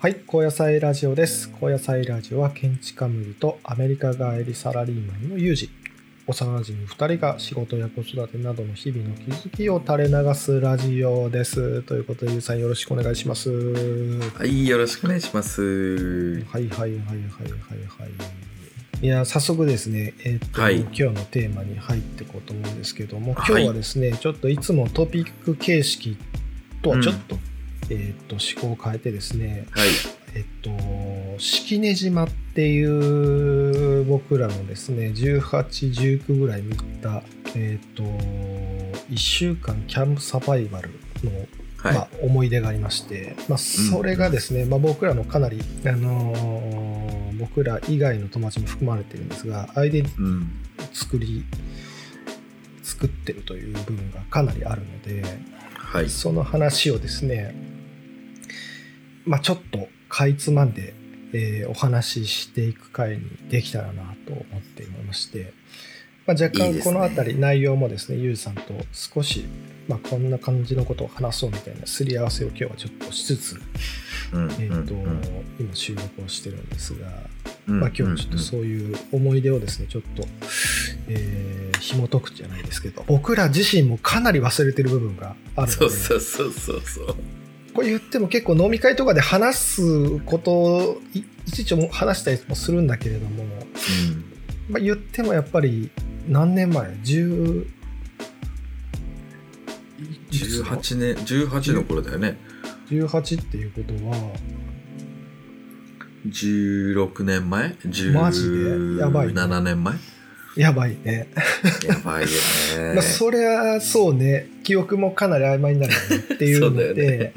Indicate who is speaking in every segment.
Speaker 1: はい高野菜ラジオです高野菜ラジオは建築家ムルとアメリカ帰りサラリーマンのユージ幼馴染み2人が仕事や子育てなどの日々の気づきを垂れ流すラジオですということでゆうさんよろしくお願いします
Speaker 2: はい、よろしくお願いします。
Speaker 1: はいはいはいはいはいはい。いや早速ですね、えーっと
Speaker 2: はい
Speaker 1: 今日のテーマに入っていこうと思うんですけども今
Speaker 2: はい
Speaker 1: 日はですね、ちょっといつもトピック形式とはちょっと,、えーっと思考を変えてですね
Speaker 2: はい、
Speaker 1: えっと式根島っていう僕らのですね1819ぐらいに行った、えーっと1週間キャンプサバイバルの
Speaker 2: はい、
Speaker 1: まあ、思い出がありまして、まあ、それがですね、まあ、僕らのかなり、あのー僕ら以外の友達も含まれてるんですがアイデンティテ
Speaker 2: うん、
Speaker 1: ィを作り作ってるという部分がかなりあるので
Speaker 2: はい、
Speaker 1: その話をですね、まあ、ちょっとかいつまんで、えーお話ししていく回にできたらなと思っておりまして、まあ、若
Speaker 2: いい
Speaker 1: 干
Speaker 2: です
Speaker 1: こ
Speaker 2: ね
Speaker 1: の辺り内容もですねゆうさんと少し、まあ、こんな感じのことを話そうみたいなすり合わせを今日はちょっとしつつ、
Speaker 2: うん、
Speaker 1: えーと
Speaker 2: うんうん
Speaker 1: 今収録をしてるんですが、
Speaker 2: うん
Speaker 1: まあ、今日はちょっと
Speaker 2: う
Speaker 1: そういう思い出をですねちょっと、えー紐解くじゃないですけど僕ら自身もかなり忘れてる部分があ
Speaker 2: ん。
Speaker 1: るの
Speaker 2: そ
Speaker 1: で
Speaker 2: うそうそうそうそう。
Speaker 1: これ言っても結構飲み会とかで話すことをいいちいちも話したりもするんだけれども、まあ、言ってもやっぱり何年前10
Speaker 2: 十八年、十八の頃だよね。
Speaker 1: 18っていうことは
Speaker 2: 十六年前、十
Speaker 1: マジでやばいね
Speaker 2: 七年前。
Speaker 1: やばいね、
Speaker 2: やばいよ ね。
Speaker 1: まあ、そりゃそうね記憶もかなり曖昧になるよねっていうの
Speaker 2: そう
Speaker 1: で
Speaker 2: だよね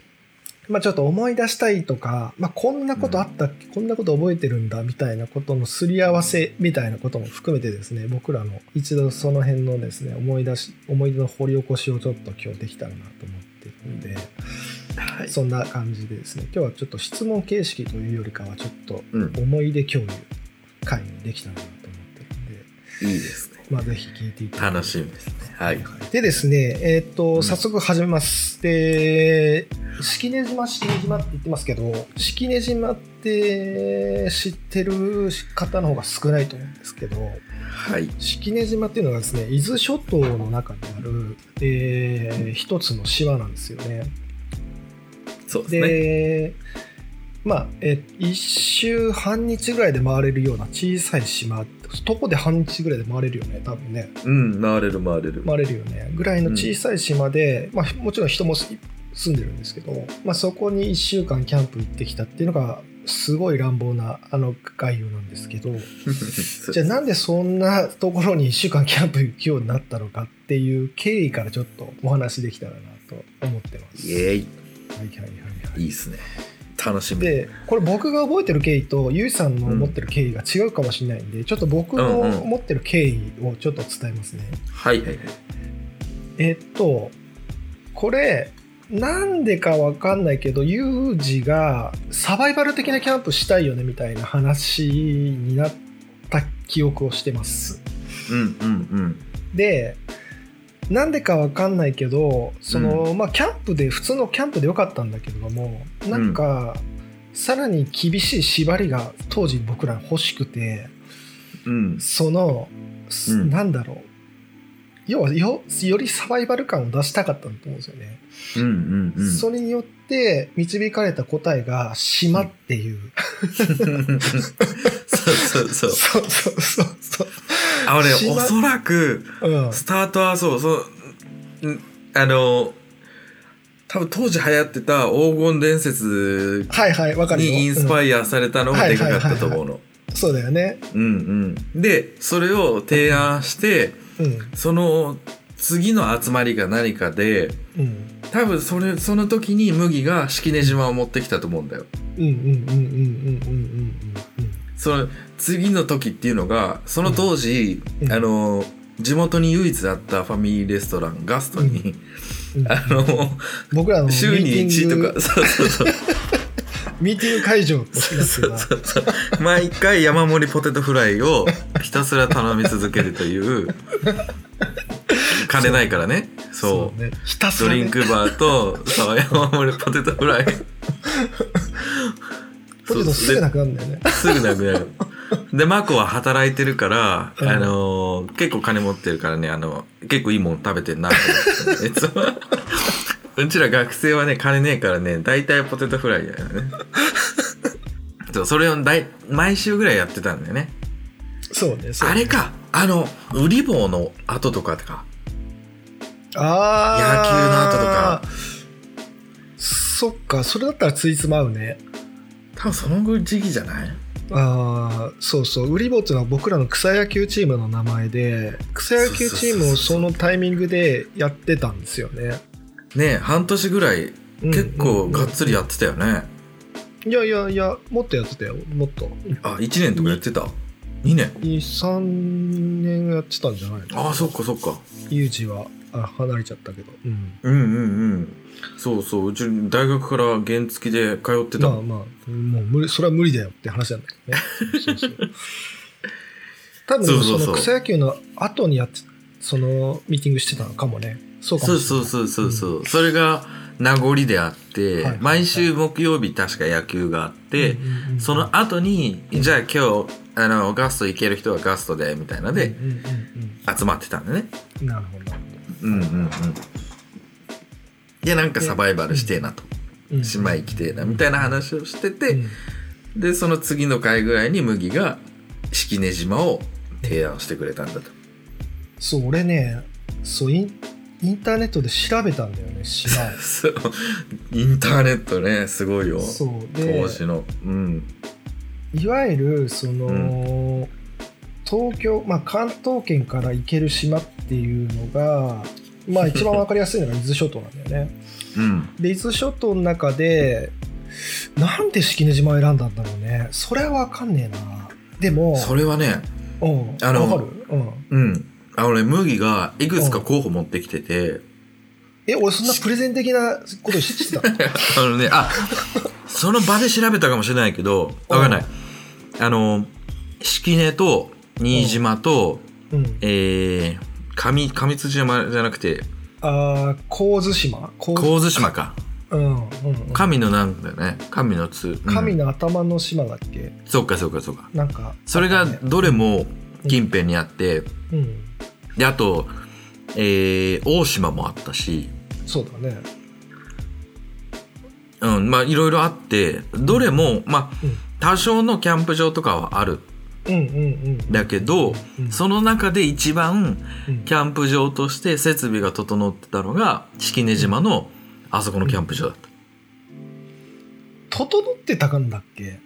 Speaker 1: まあ、ちょっと思い出したいとか、まあ、こんなことあったっけ、こんなこと覚えてるんだみたいなことのすり合わせみたいなことも含めてですね僕らの一度その辺のですね思い出し思い出の掘り起こしをちょっと今日できたらなと思ってるんで、
Speaker 2: はい、
Speaker 1: そんな感じでですね今日はちょっと質問形式というよりかはちょっと
Speaker 2: うん、
Speaker 1: 思い出共有会にできたらなと思ってるんで、
Speaker 2: いいですね。
Speaker 1: まあ、ぜひ聞いていただき
Speaker 2: 楽しみですね。はい、
Speaker 1: でですね、えーっと
Speaker 2: ん
Speaker 1: 早速始めます。で、式根島、式根島って言ってますけど、式根島って知ってる方の方が少ないと思うんですけど、
Speaker 2: はい、
Speaker 1: 式根島っていうのがですね、伊豆諸島の中にある、えー一つの島なんですよね。
Speaker 2: そうですね。
Speaker 1: で、まあ、え1週半日ぐらいで回れるような小さい島、どこで半日ぐらいで回れるよね、多分ね。
Speaker 2: うん、回れる回れる。
Speaker 1: 生まれるよねぐらいの小さい島で、まあ、もちろん人も住住んでるんですけど、まあ、そこに1週間キャンプ行ってきたっていうのがすごい乱暴なあの概要なんですけど じゃあなんでそんなところに1週間キャンプ行くようになったのかっていう経緯からちょっとお話できたらなと思ってます。
Speaker 2: イエーイ、
Speaker 1: はいはいはいはい
Speaker 2: いいですね。楽しみ。
Speaker 1: でこれ僕が覚えてる経緯とゆいさんの持ってる経緯が違うかもしれないんで、ちょっと僕の
Speaker 2: うんうん
Speaker 1: 持ってる経緯をちょっと伝えますね。
Speaker 2: はい、はい、はい。
Speaker 1: えっと、これ、なんでかわかんないけど、ユージがサバイバル的なキャンプしたいよねみたいな話になった記憶をしてます。
Speaker 2: うん、うん、
Speaker 1: で、なんでかわかんないけど、その、まあ、キャンプで、普通のキャンプでよかったんだけれども、なんか、さらに厳しい縛りが当時僕ら欲しくて、
Speaker 2: うん、うん。
Speaker 1: その、す
Speaker 2: うん
Speaker 1: なんだろう要はよよりサバイバル感を出したかったと思うんですよね、
Speaker 2: うんうんうん。
Speaker 1: それによって導かれた答えが島っていう、そうそう
Speaker 2: そうそうそう。
Speaker 1: そうそう
Speaker 2: あ、俺、
Speaker 1: しま
Speaker 2: おそらく、
Speaker 1: うん
Speaker 2: スタートはそう、そう、んあの、多分当時流行ってた黄金伝説
Speaker 1: はいはいわかるよ
Speaker 2: にインス
Speaker 1: イ、
Speaker 2: パイアされたのがでかかったと思うの。
Speaker 1: うんそうだよね
Speaker 2: うんうん。で、それを提案して、
Speaker 1: うん
Speaker 2: その次の集まりが何かで、
Speaker 1: うん
Speaker 2: 多分それ、その時に麦が式根島を持ってきたと思うんだよ。
Speaker 1: うんうんうんうんうんうんうん
Speaker 2: その次の時っていうのがその当時、
Speaker 1: うん
Speaker 2: あの地元に唯一あったファミリーレストランガストに、
Speaker 1: うんうん
Speaker 2: あの
Speaker 1: 僕らのミー
Speaker 2: 週
Speaker 1: テ
Speaker 2: に
Speaker 1: ィン
Speaker 2: 1
Speaker 1: グ
Speaker 2: とかそうそうそう
Speaker 1: ミーティング会場としてなって
Speaker 2: そうそうそう毎回山盛りポテトフライをひたすら頼み続けるという金ないからねそそう
Speaker 1: ね。ひたす
Speaker 2: ド
Speaker 1: らね、
Speaker 2: リンクバーと沢山盛りポテトフライ
Speaker 1: ポテトすぐなくなるんだよね。
Speaker 2: すぐなく なる。で、マコは働いてるから、
Speaker 1: うん
Speaker 2: あのー結構金持ってるからね、あの、結構いいもん食べてんなと思って、ね、い つも。うちら学生はね、金ねえからね、大体ポテトフライだよね。そう、それをだい毎週ぐらいやってたんだよね。
Speaker 1: そうね。そう
Speaker 2: あ
Speaker 1: ね
Speaker 2: れか、あの、ウリ棒の後とかとか、野球の
Speaker 1: あ
Speaker 2: 後とか
Speaker 1: ー、そっか、それだったらついつま合うね。
Speaker 2: 多分その時期じゃない
Speaker 1: ああ、そうそう。ウリボっていうのは僕らの草野球チームの名前で、草野球チームをそのタイミングでやってたんですよね。
Speaker 2: ねえ半年ぐらい
Speaker 1: うん
Speaker 2: 結構がっつりや
Speaker 1: う
Speaker 2: ってたよね。
Speaker 1: んいやいやいや、もっとやってたよ。もっと。
Speaker 2: あ、1年とかやってた ?2 年。
Speaker 1: 2、3年やってたんじゃないの
Speaker 2: ああ、そっかそっか。
Speaker 1: ユージはあ離れちゃったけど。うん。
Speaker 2: うんうんうんそうそううち大学から原付で通ってた、
Speaker 1: まあまあ、もう無理、それは無理だよって話なんだけどね。そうそう 多分
Speaker 2: そうそうそう
Speaker 1: その草野球の後にやって、そのミーティングしてたのかもね。そうか
Speaker 2: そ
Speaker 1: も
Speaker 2: う
Speaker 1: しれ
Speaker 2: そ
Speaker 1: な
Speaker 2: う
Speaker 1: い。
Speaker 2: そうそうそう、それが名残であって、
Speaker 1: はいはい
Speaker 2: 毎週木曜日確か野球があって、
Speaker 1: うんうんうんうん
Speaker 2: その後に、
Speaker 1: うん
Speaker 2: じゃあ今日あのガスト行ける人はガストでみたいなの
Speaker 1: うん
Speaker 2: で
Speaker 1: うんうん
Speaker 2: 集まってたんだね
Speaker 1: うんなるほどなる
Speaker 2: うんうんうんでなんかサバイバルしてえなと
Speaker 1: ほど。
Speaker 2: 島行きてえなみたいな話をしてて、
Speaker 1: うん
Speaker 2: でその次の回ぐらいに麦が式根島を提案してくれたんだと
Speaker 1: そう、俺ね、そうイン、インターネットで調べたんだよね、島を
Speaker 2: そうインターネットねすごいよ
Speaker 1: そう。で
Speaker 2: 当、時のうん
Speaker 1: いわゆる、その、
Speaker 2: う
Speaker 1: 東京、まあ、関東圏から行ける島っていうのが、ま あ、一番わかりやすいのが伊豆諸島なんだよね。
Speaker 2: うん
Speaker 1: で伊豆諸島の中でなんで式根島を選んだんだろうねそれは分かんねえなでも
Speaker 2: それはね
Speaker 1: うん、
Speaker 2: あの
Speaker 1: 分かる、うん、
Speaker 2: うんあのね麦がいくつか候補持ってきてて
Speaker 1: え俺そんなプレゼン的なことしてた
Speaker 2: あのねあその場で調べたかもしれないけどわかんないあの式根と新島と
Speaker 1: うん、
Speaker 2: えー上上津島じゃなくて
Speaker 1: あー神津島神
Speaker 2: 神津島か
Speaker 1: うんうんうん、
Speaker 2: 神のなんだよね神の津、うん
Speaker 1: 神の頭の島だっけ
Speaker 2: そっかそっかそっか
Speaker 1: なんか
Speaker 2: それがどれも近辺にあって、
Speaker 1: うん
Speaker 2: であと、えー大島もあったし、
Speaker 1: そうだね
Speaker 2: うん、まあいろいろあってどれも、まあ
Speaker 1: うん、
Speaker 2: 多少のキャンプ場とかはある
Speaker 1: うんうんうん
Speaker 2: だけど、
Speaker 1: うん
Speaker 2: その中で一番
Speaker 1: うん
Speaker 2: キャンプ場として設備が整ってたのが式根島のあそこのキャンプ場だった、
Speaker 1: 整ってたかんだっけ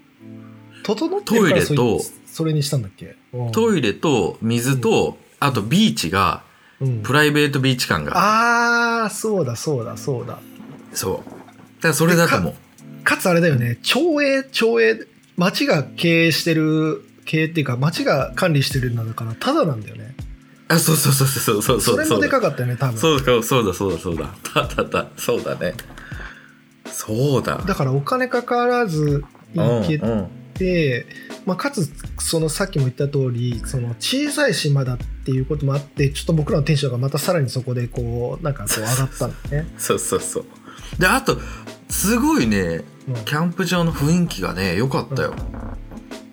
Speaker 1: 整ってる
Speaker 2: トイ
Speaker 1: から
Speaker 2: レ
Speaker 1: そ
Speaker 2: と
Speaker 1: いそれにしたんだっけ
Speaker 2: ト
Speaker 1: イ
Speaker 2: イレと水と、あとビーチが
Speaker 1: レ、うん
Speaker 2: プライベートビーチ感が
Speaker 1: ああそうだそうだそうだ
Speaker 2: そうだからそれだと思う
Speaker 1: かつあれだよね町営町営町が経営してる経営っていうか町が管理してるんだからただなんだよね
Speaker 2: あそうそうそうそうそうそ
Speaker 1: そ
Speaker 2: うそう
Speaker 1: れもでかかったよね多分
Speaker 2: そうか、そうだ、そうだ、そうだ。ただだ、そうだね。そうだ。
Speaker 1: だからお金かからず行け
Speaker 2: うんうん
Speaker 1: て、まあ、かつそのさっきも言った通りその小さい島だっていうこともあってちょっと僕らのテンションがまたさらにそこでこうなんかこう上がったんだよね、
Speaker 2: そうそうそう。で、あと、すごいね、
Speaker 1: うん
Speaker 2: キャンプ場の雰囲気がね、良かったよ。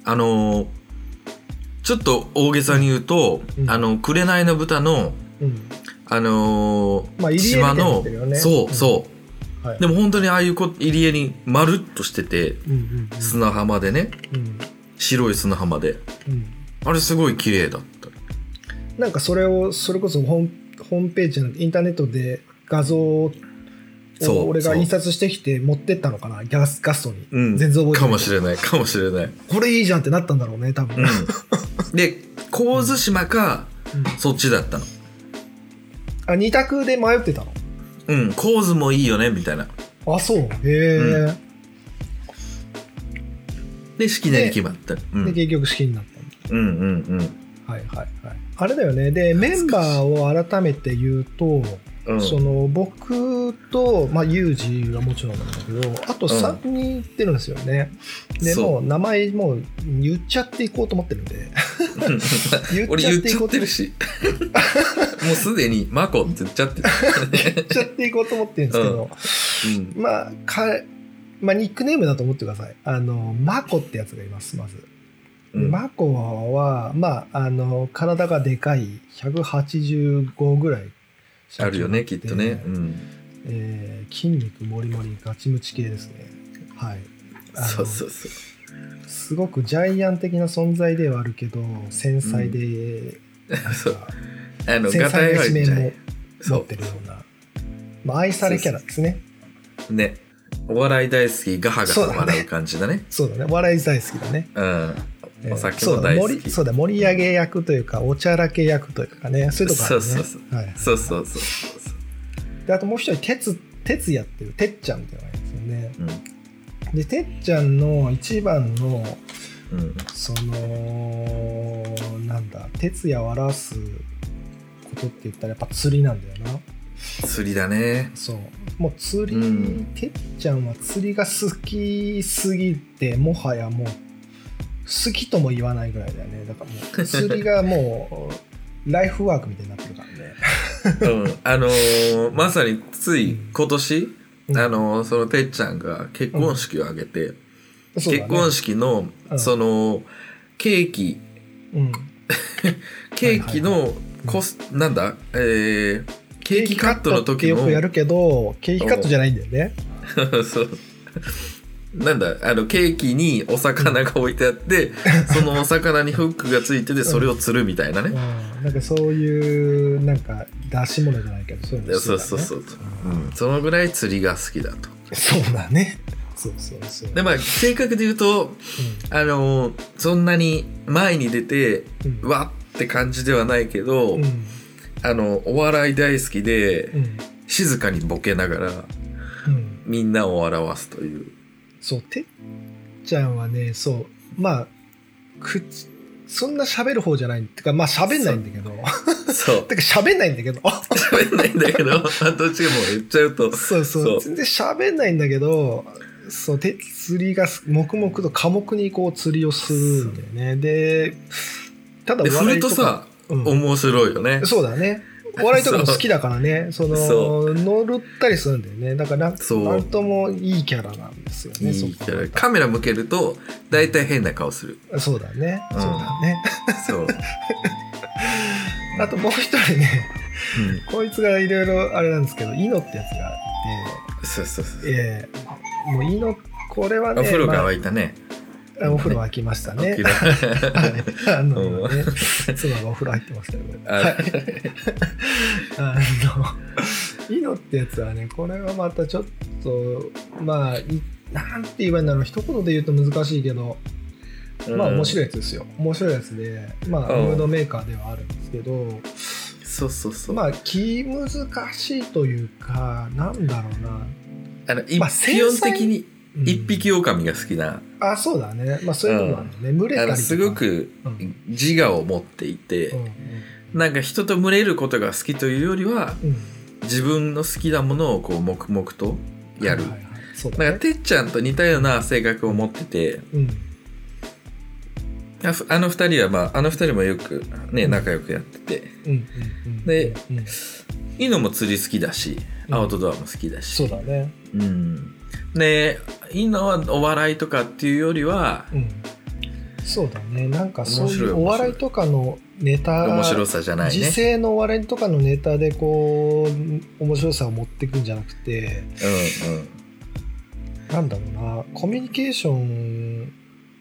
Speaker 2: あのーちょっと大げさに言うと、
Speaker 1: うん
Speaker 2: あの、紅の豚の、
Speaker 1: うん
Speaker 2: あのー
Speaker 1: まあ入り江みた
Speaker 2: 島
Speaker 1: いになっ
Speaker 2: の
Speaker 1: てるよ、ね
Speaker 2: そうう、
Speaker 1: ん
Speaker 2: そう。
Speaker 1: はい
Speaker 2: でも本当にああいうこ入り江にまるっとしてて、
Speaker 1: うんうん
Speaker 2: 砂浜でね、
Speaker 1: うんうん
Speaker 2: 白い砂浜で。
Speaker 1: うん
Speaker 2: あれすごい綺麗だった。
Speaker 1: なんかそれをそれこそホームホームページのインターネットで画像を
Speaker 2: そう
Speaker 1: 俺が
Speaker 2: そう
Speaker 1: 印刷してきて持ってったのかなガスガストに、
Speaker 2: うん
Speaker 1: 全然覚えてない
Speaker 2: かもしれないかもしれない、
Speaker 1: これいいじゃんってなったんだろうね多分、
Speaker 2: うん、で神津島か
Speaker 1: うん
Speaker 2: そっちだったの
Speaker 1: あ二択で迷ってたの
Speaker 2: うん神津もいいよねみたいな
Speaker 1: あそうへえ、
Speaker 2: うで式根に決まった、うん、
Speaker 1: で
Speaker 2: うん
Speaker 1: 結局好きになったんだ
Speaker 2: うんうん
Speaker 1: はいはいはいあれだよねでメンバーを改めて言うと、
Speaker 2: うん
Speaker 1: その僕と、まあ、ユージはもちろんなんだけどあと
Speaker 2: うん
Speaker 1: 3人行ってるんですよね、で
Speaker 2: そう
Speaker 1: もう名前もう言っちゃっていこうと思ってるんで言っ
Speaker 2: 俺
Speaker 1: ちゃ
Speaker 2: 言
Speaker 1: っ
Speaker 2: って
Speaker 1: い
Speaker 2: ちゃ
Speaker 1: こ
Speaker 2: っ
Speaker 1: うと
Speaker 2: て
Speaker 1: 言っ
Speaker 2: るしもうすでにマコって言っちゃってる、
Speaker 1: ちゃっていこうと思ってるんですけど、
Speaker 2: うん、
Speaker 1: まあ彼、まあ、ニックネームだと思ってくださいあのマコってやつがいますまず、
Speaker 2: うん
Speaker 1: マコはまああの体がでかい185ぐらい
Speaker 2: あるよねきっとね、うん、
Speaker 1: えー筋肉もりもりガチムチ系ですねはいあの
Speaker 2: そうそうそう
Speaker 1: すごくジャイアン的な存在ではあるけど繊細で、なん
Speaker 2: そう
Speaker 1: か
Speaker 2: あの
Speaker 1: 繊
Speaker 2: ガタ
Speaker 1: 細
Speaker 2: イ
Speaker 1: な
Speaker 2: が
Speaker 1: 一
Speaker 2: いいんじ
Speaker 1: 面
Speaker 2: ゃな
Speaker 1: も
Speaker 2: い
Speaker 1: 持
Speaker 2: そ
Speaker 1: ってるような、まあ、愛されキャラですね
Speaker 2: うねお笑い大好きガハガハ
Speaker 1: そうだね
Speaker 2: 笑う感じだね
Speaker 1: そうだね笑い大好きだね
Speaker 2: うんお酒
Speaker 1: そ
Speaker 2: も
Speaker 1: うだ
Speaker 2: 大好
Speaker 1: 盛
Speaker 2: き
Speaker 1: りそうだ盛り上げ役というかおちゃらけ役というかねそういうとこあるね
Speaker 2: そうそう
Speaker 1: はいはい
Speaker 2: そうそうそうそうそう
Speaker 1: であともう一人哲哲也っていうてっちゃんっていうのがいるんですよね
Speaker 2: う
Speaker 1: でてっちゃんの一番の
Speaker 2: んうん
Speaker 1: そのなんだ哲也を表すことって言ったらやっぱ釣りなんだよな
Speaker 2: 釣りだね
Speaker 1: そうもう釣り、
Speaker 2: うん
Speaker 1: てっちゃんは釣りが好きすぎてもはやもう好きとも言わないぐらいだよねだからもう釣りがも うライフワークみたいになってるからね
Speaker 2: うんあのーまさについ今年、
Speaker 1: うん
Speaker 2: あのーそのてっちゃんが結婚式を挙げて、
Speaker 1: そうだね
Speaker 2: 結婚式の、
Speaker 1: うん
Speaker 2: そのケーキ
Speaker 1: うん
Speaker 2: ケーキのコス、なんだえー、ケーキカットの時
Speaker 1: ケーキカットってよくや
Speaker 2: の
Speaker 1: るけどケーキカットじゃないんだよね
Speaker 2: そうなんだあのケーキにお魚が置いてあってそのお魚にフックがついててそれを釣るみたいな
Speaker 1: うん
Speaker 2: ね、
Speaker 1: なんかそういうなんか出し物じゃないけどそういうの好きだ
Speaker 2: そ
Speaker 1: ね
Speaker 2: うそうそう、うん、そのぐらい釣りが好きだと
Speaker 1: そうだね。そうそうそう。
Speaker 2: でまあ正確で言うとあのそんなに前に出て
Speaker 1: うん、うん、
Speaker 2: わって感じではないけど、
Speaker 1: うん、
Speaker 2: あのお笑い大好きで、
Speaker 1: うん、
Speaker 2: 静かにボケながら
Speaker 1: うん。
Speaker 2: みんなを表すという
Speaker 1: そう、てっちゃんはね、そう、まあ、口、そんな喋る方じゃない。てか、まあ喋んないんだけど。
Speaker 2: そ う
Speaker 1: てか喋んないんだけど。
Speaker 2: 喋んないんだけどあどっちかもう言っちゃうと
Speaker 1: そうそう。
Speaker 2: そう
Speaker 1: 全然喋んないんだけど、そう、て釣りが黙々と寡黙にこう釣りをするんだよね。で、ただ
Speaker 2: で振
Speaker 1: 笑
Speaker 2: る
Speaker 1: いと
Speaker 2: と
Speaker 1: か
Speaker 2: さ、
Speaker 1: うん、
Speaker 2: 面白いよ ね
Speaker 1: そうだね。お笑いとかも好きだからね、そ
Speaker 2: そ
Speaker 1: の乗るったりするんだよね。だからなん
Speaker 2: そう
Speaker 1: なんともいいキャラなんですよね。
Speaker 2: いいキャラ
Speaker 1: そこは
Speaker 2: カメラ向けると大体変な顔する
Speaker 1: またそうだね。
Speaker 2: うん
Speaker 1: そうだ ね。
Speaker 2: そう、
Speaker 1: あともう一人ね、こいつがいろいろあれなんですけど、イノってやつが
Speaker 2: うん、そうそうそ、
Speaker 1: いうて、ええもうイノ、これはね、
Speaker 2: お風呂が
Speaker 1: ま
Speaker 2: 沸いたね。
Speaker 1: あお風呂沸きましたね
Speaker 2: 起き。る
Speaker 1: はいあの、
Speaker 2: うん
Speaker 1: ね、妻がお風呂入ってますけど、
Speaker 2: あ
Speaker 1: はいあの、イノってやつはね、これはまたちょっと、まあ、いなんて言えばいいんだろう、一言で言うと難しいけど、まあ面白
Speaker 2: い。
Speaker 1: いやつですよ。面白いやつで、まあ、
Speaker 2: うん
Speaker 1: ムードメーカーではあるんですけど、
Speaker 2: そうそうそう。
Speaker 1: まあ、気難しいというか、なんだろうな。
Speaker 2: あの、い
Speaker 1: まあ
Speaker 2: 基本的に
Speaker 1: うん
Speaker 2: 一匹狼が好きな、
Speaker 1: あ、そうだね。まあ、そういうのもあるね。群れた
Speaker 2: あ
Speaker 1: りとか。
Speaker 2: のすごく
Speaker 1: うん、
Speaker 2: 自我を持っていて、
Speaker 1: うん。
Speaker 2: なんか人と群れることが好きというよりは
Speaker 1: うん。
Speaker 2: 自分の好きなものをこう黙々とやる、
Speaker 1: はいはいはいそうだ
Speaker 2: なん
Speaker 1: ね
Speaker 2: か。てっちゃんと似たような性格を持ってて
Speaker 1: うん。
Speaker 2: あふあの二人はまああの二人もよくね
Speaker 1: うん
Speaker 2: 仲良くやってて
Speaker 1: うん。うんうん。
Speaker 2: で
Speaker 1: うん、
Speaker 2: イノも釣り好きだし
Speaker 1: うん
Speaker 2: アウトドアも好きだし、
Speaker 1: そう
Speaker 2: うん
Speaker 1: だね。
Speaker 2: でイノはお笑いとかっていうよりは
Speaker 1: うん。そうだね。なんかそう
Speaker 2: 面
Speaker 1: い
Speaker 2: 白いう面白
Speaker 1: お
Speaker 2: い
Speaker 1: 笑いとかのネタ、
Speaker 2: 面白さじゃない
Speaker 1: 時
Speaker 2: ね、
Speaker 1: 勢のお笑いとかのネタでこう、面白さを持っていくんじゃなくて、
Speaker 2: うんうん、
Speaker 1: なんだろうな、コミュニケーション、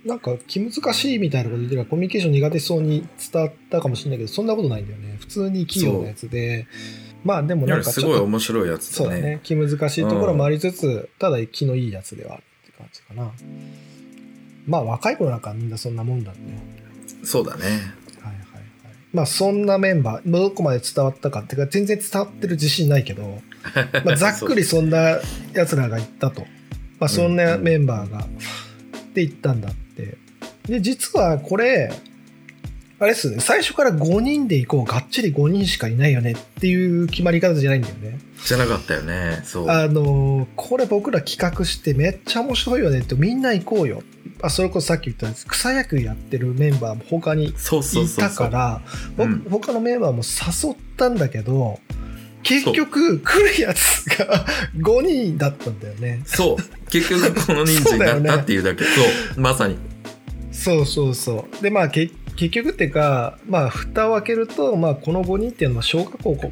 Speaker 1: なんか気難しいみたいなこと言ってるから、コミュニケーション苦手そうに伝わったかもしれないけど、そんなことないんだよね。普通に器用なやつで、まあでもな
Speaker 2: やは
Speaker 1: ん
Speaker 2: り
Speaker 1: か
Speaker 2: す
Speaker 1: ちょ
Speaker 2: ごい
Speaker 1: っと、
Speaker 2: 面白いやつ
Speaker 1: そう
Speaker 2: だ
Speaker 1: だ
Speaker 2: ね
Speaker 1: ね、気難しいところもありつつ、ただ気のいいやつではあるって感じかな。まあ若い頃なんかみんなそんなもんだね。
Speaker 2: そうだね
Speaker 1: はいはいはい。まあそんなメンバー、どこまで伝わったかっていうか、全然伝わってる自信ないけ ど、まあ、ざっくりそんなやつらが行ったと、まあ、そんなメンバーがって行ったんだってで実はこれあれっすね最初から5人で行こうがっちり5人しかいないよねっていう決まり方じゃないんだよね
Speaker 2: じゃなかったよねそう
Speaker 1: あのーこれ僕ら企画してめっちゃ面白いよねってみんな行こうよあそれこそさっき言ったんです草野球やってるメンバーも他にい
Speaker 2: そうそうそう
Speaker 1: た
Speaker 2: そ
Speaker 1: か
Speaker 2: う
Speaker 1: ら
Speaker 2: うん
Speaker 1: 僕他のメンバーも誘ったんだけど結局来るやつが 5人だったんだよね
Speaker 2: そう結局この人数になったってい うだけそうまさに
Speaker 1: そうそうそうでまあけ結局っていうかまあ蓋を開けると、まあ、この5人っていうのは小学校こ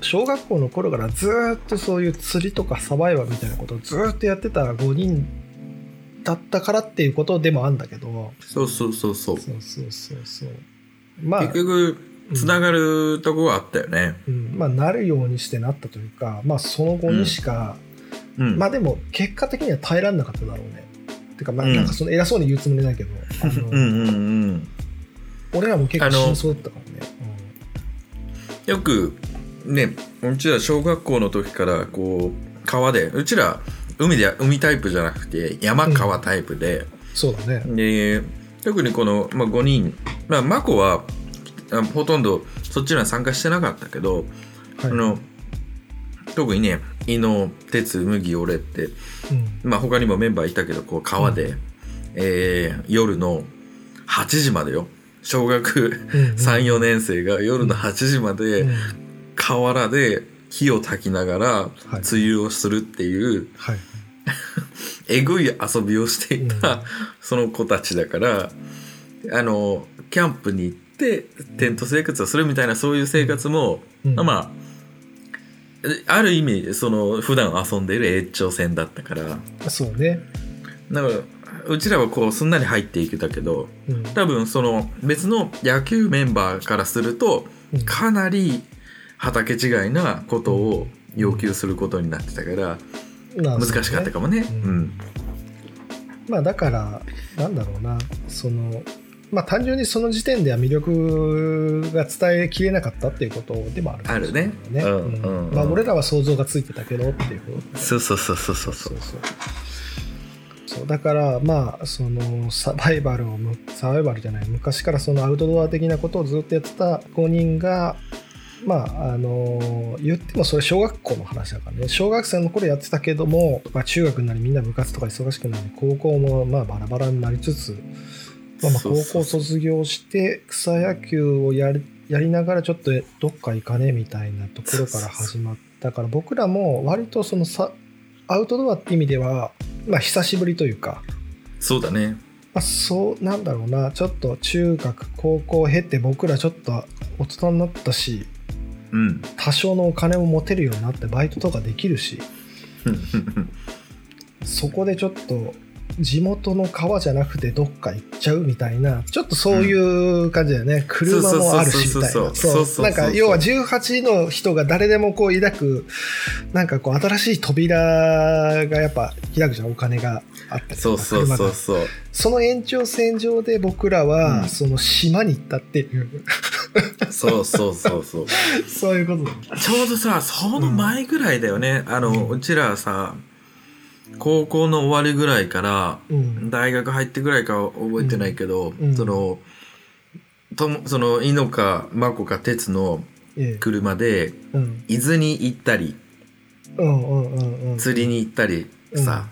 Speaker 1: 小学校の頃からずーっとそういう釣りとかサバイバーみたいなことをずーっとやってた5人だったからっていうことでもあるんだけど
Speaker 2: そうそうそうそう
Speaker 1: そうそうそうそうまあ
Speaker 2: 結局つながるとこはあったよね
Speaker 1: うん、まあなるようにしてなったというかまあその後にしか、
Speaker 2: うん
Speaker 1: まあでも結果的には耐えられなかっただろうねてかまあ
Speaker 2: うん
Speaker 1: なんかその偉そうに言うつもりないけど、あの
Speaker 2: うんうんうん
Speaker 1: 俺らも結
Speaker 2: あ
Speaker 1: 構
Speaker 2: の
Speaker 1: 真相だったからね、
Speaker 2: よくねうちら小学校の時からこう川でうちら海で海タイプじゃなくて山川タイプで、
Speaker 1: うん、そうだね
Speaker 2: で特にこの、まあ、5人まあ眞子はあほとんどそっちには参加してなかったけど、
Speaker 1: はい
Speaker 2: あの特にね伊野哲麦俺って、
Speaker 1: うん
Speaker 2: まあ、他にもメンバーいたけどこう川で、えー夜の8時までよ小学
Speaker 1: うんうん
Speaker 2: 34年生が夜の8時まで、
Speaker 1: うん
Speaker 2: 河原で火を焚きながら
Speaker 1: はい
Speaker 2: 梅雨をするっていう、
Speaker 1: はい
Speaker 2: えぐい遊びをしていた、
Speaker 1: うん
Speaker 2: その子たちだからあのキャンプに行ってテント生活をするみたいなそういう生活も、
Speaker 1: うん
Speaker 2: まあえある意味その普段遊んでいる延長線だったからだか
Speaker 1: そうね、
Speaker 2: らうちらはこうすんなり入っていけたけど
Speaker 1: うん
Speaker 2: 多分その別の野球メンバーからすると
Speaker 1: うん
Speaker 2: かなり畑違いなことを要求することになってたから
Speaker 1: まあ
Speaker 2: 難しかったかもね。う
Speaker 1: うん
Speaker 2: ん
Speaker 1: まあだからなんだろうなそのまあ単純にその時点では魅力が伝えきれなかったっていうことでもあるかもしれないよ
Speaker 2: あるねうんうんうん
Speaker 1: まあ俺らは想像がついてたけどっていうこと
Speaker 2: そうそうそうそうそうそう。
Speaker 1: そうそうだからまあそのサバイバルをむサバイバルじゃない昔からそのアウトドア的なことをずっとやってた5人がまああの言ってもそれ小学校の話だからね小学生の頃やってたけども、まあ、中学になりみんな部活とか忙しくなり高校もまあバラバラになりつつ、まあ、まあ
Speaker 2: そ
Speaker 1: 高
Speaker 2: うそうそう
Speaker 1: 校卒業して草野球をやりやりながらちょっとどっか行かねえみたいなところから始まったから僕らも割とそのさアウトドアって意味では、まあ、久しぶりというか、
Speaker 2: そうだね。
Speaker 1: まあ、そうなんだろうなちょっと中学高校を経て僕らちょっと大人になったし
Speaker 2: うん。
Speaker 1: 多少のお金も持てるようになってバイトとかできるしそこでちょっと地元の川じゃなくてどっか行っちゃうみたいなちょっとそういう感じだよね、車もあるしみたい
Speaker 2: そう
Speaker 1: な
Speaker 2: そうそうそうそう
Speaker 1: そうなんか要は18の人が誰でもこう抱くなんかこう新しい扉がやっぱ開くじゃんお金があったり と
Speaker 2: そう
Speaker 1: か
Speaker 2: そう
Speaker 1: 車
Speaker 2: そ
Speaker 1: が
Speaker 2: うそう。
Speaker 1: その延長線上で僕らは、
Speaker 2: うん
Speaker 1: その島に行ったっていう
Speaker 2: そうそうそう そう。
Speaker 1: そういうことだ
Speaker 2: ちょうどさ、その前ぐらいだよね。あの、うちらさ、高校の終わりぐらいから、
Speaker 1: うん
Speaker 2: 大学入ってぐらいかは覚えてないけど、
Speaker 1: うん
Speaker 2: その、ともその、猪か、真子か、哲の
Speaker 1: ええ
Speaker 2: 車で、
Speaker 1: うん
Speaker 2: 伊豆に行ったり、
Speaker 1: うんうんうんうん
Speaker 2: 釣りに行ったりさ、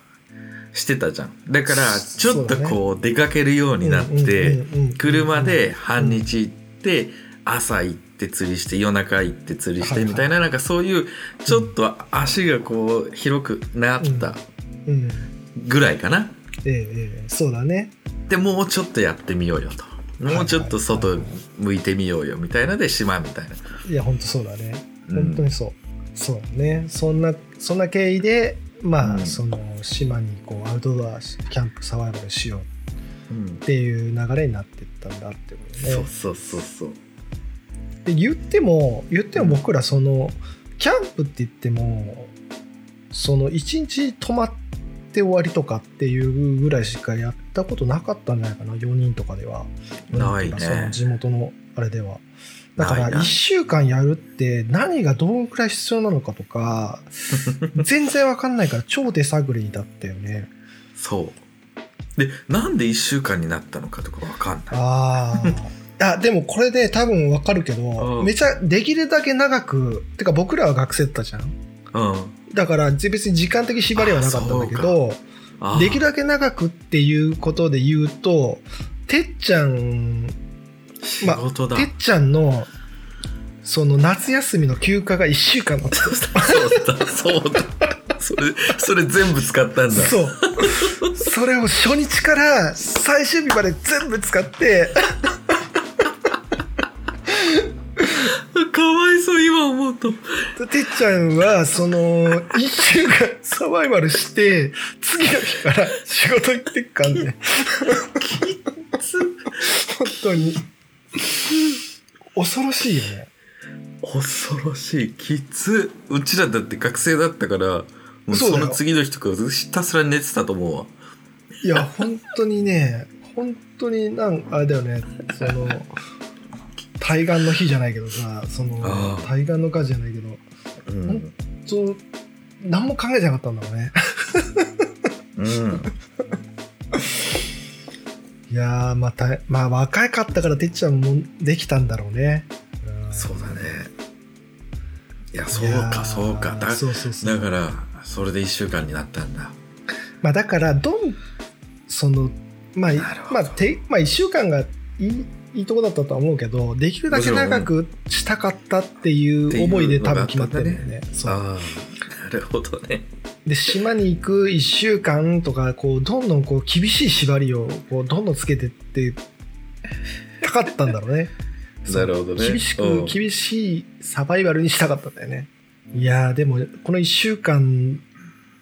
Speaker 2: してたじゃん。だから、
Speaker 1: そ
Speaker 2: ちょっとこう、出かけるようになって、
Speaker 1: うんうんうんうん
Speaker 2: 車で半日行って、朝行って釣りして、夜中行って釣りし
Speaker 1: は
Speaker 2: て、
Speaker 1: いはい
Speaker 2: みたいな、なんかそういう、ちょっと足がこう、広くなった
Speaker 1: うん
Speaker 2: ぐらいかな。
Speaker 1: ええええそうだね
Speaker 2: で、もうちょっとやってみようよと。もうちょっと外向いてみようよ、みたいなで、島みたいな。
Speaker 1: いや本当そうだね
Speaker 2: うん
Speaker 1: 本当にそう、そうだねそんなそんな経緯でまあ、
Speaker 2: うん
Speaker 1: その島にこうアウトドアキャンプサバイバルしよう
Speaker 2: うん
Speaker 1: っていう流れになってったんだってことね
Speaker 2: そうそうそうそう。
Speaker 1: で言っても言っても僕らそのキャンプって言ってもその一日泊まって終わりとかっていうぐらいしかやったことなかったんじゃないかな4人とかでは
Speaker 2: ないね
Speaker 1: その地元のあれではだか
Speaker 2: な
Speaker 1: ら
Speaker 2: いな
Speaker 1: 1週間やるって何がどのくらい必要なのかと か全然わかんないから超手探りだったよね
Speaker 2: そう。で、なんで1週間になったのかとかわかんない。
Speaker 1: あー あでもこれで多分わかるけど、
Speaker 2: うん
Speaker 1: めちゃできるだけ長くてか僕らは学生だったじゃん
Speaker 2: うん。
Speaker 1: だから別に時間的縛りはなかったんだけど
Speaker 2: あー
Speaker 1: できるだけ長くっていうことで言うと、てっちゃん、
Speaker 2: 仕
Speaker 1: まあ
Speaker 2: 事だ。
Speaker 1: てっちゃんの、その夏休みの休暇が1週間だった。
Speaker 2: そうだ、そうだ。それ、それ全部使ったんだ。
Speaker 1: そう。それを初日から最終日まで全部使って、
Speaker 2: かわいそう、今思うと。
Speaker 1: てっちゃんは、その、一週間サバイバルして、次の日から仕事行ってっかんね。本当に。恐ろしいよね。
Speaker 2: 恐ろしい。きつ。うちらだって学生だったから、もう
Speaker 1: そうだ
Speaker 2: そ
Speaker 1: よ
Speaker 2: の次の日とかひたすら寝てたと思うわ。
Speaker 1: いや、本当にね、本当になん、あれだよね、その、対岸の日じゃないけどさ、その
Speaker 2: あ、あ
Speaker 1: 対岸の火事じゃないけど、
Speaker 2: うん。
Speaker 1: そう、何も考えてなかったんだろうね。
Speaker 2: うん。
Speaker 1: いやー、また、まあ若かったからてっちゃんもできたんだろうね。ん
Speaker 2: そうだね。いや、
Speaker 1: い
Speaker 2: そう
Speaker 1: やー
Speaker 2: か、そうか。だ
Speaker 1: そうそうそう。
Speaker 2: だから、それで1週間になったんだ。
Speaker 1: まあだから、どん、その、まあ、い
Speaker 2: なるほど
Speaker 1: まあ、てまあ1週間がいい、いいとこだったとは思うけど、できるだけ長くしたかったっていう思いで多分決まってるんだよね。そう。
Speaker 2: ああ、なるほどね。
Speaker 1: で、島に行く1週間とか、こう、どんどんこう、厳しい縛りを、こう、どんどんつけてって、たかったんだろ うね。そう
Speaker 2: なるほどね。
Speaker 1: 厳し
Speaker 2: う
Speaker 1: く
Speaker 2: ん
Speaker 1: 厳しいサバイバルにしたかったんだよねいやーでもこの1週間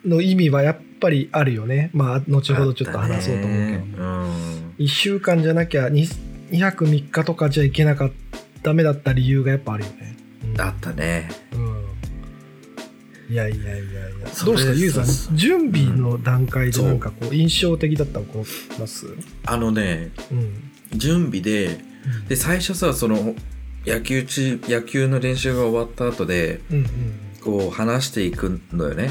Speaker 1: の意味はやっぱりあるよねまあ後ほどちょっと話そうと思うけど、
Speaker 2: あったねうん。
Speaker 1: 1週間じゃなきゃ2 2泊3日とかじゃいけなかったダメだった理由がやっぱあるよね、うん
Speaker 2: あったね。
Speaker 1: うんいやいやいやいや
Speaker 2: そ
Speaker 1: ど
Speaker 2: れ
Speaker 1: うしたゆう
Speaker 2: そう
Speaker 1: さ
Speaker 2: そ
Speaker 1: ん
Speaker 2: う
Speaker 1: 準備の段階で
Speaker 2: うん
Speaker 1: なんかこう印象的だったのこうます
Speaker 2: あのね、
Speaker 1: うん
Speaker 2: 準備で、で、最初さ、その、野球チー野球の練習が終わった後で、
Speaker 1: うんうん
Speaker 2: こう話していくのよね。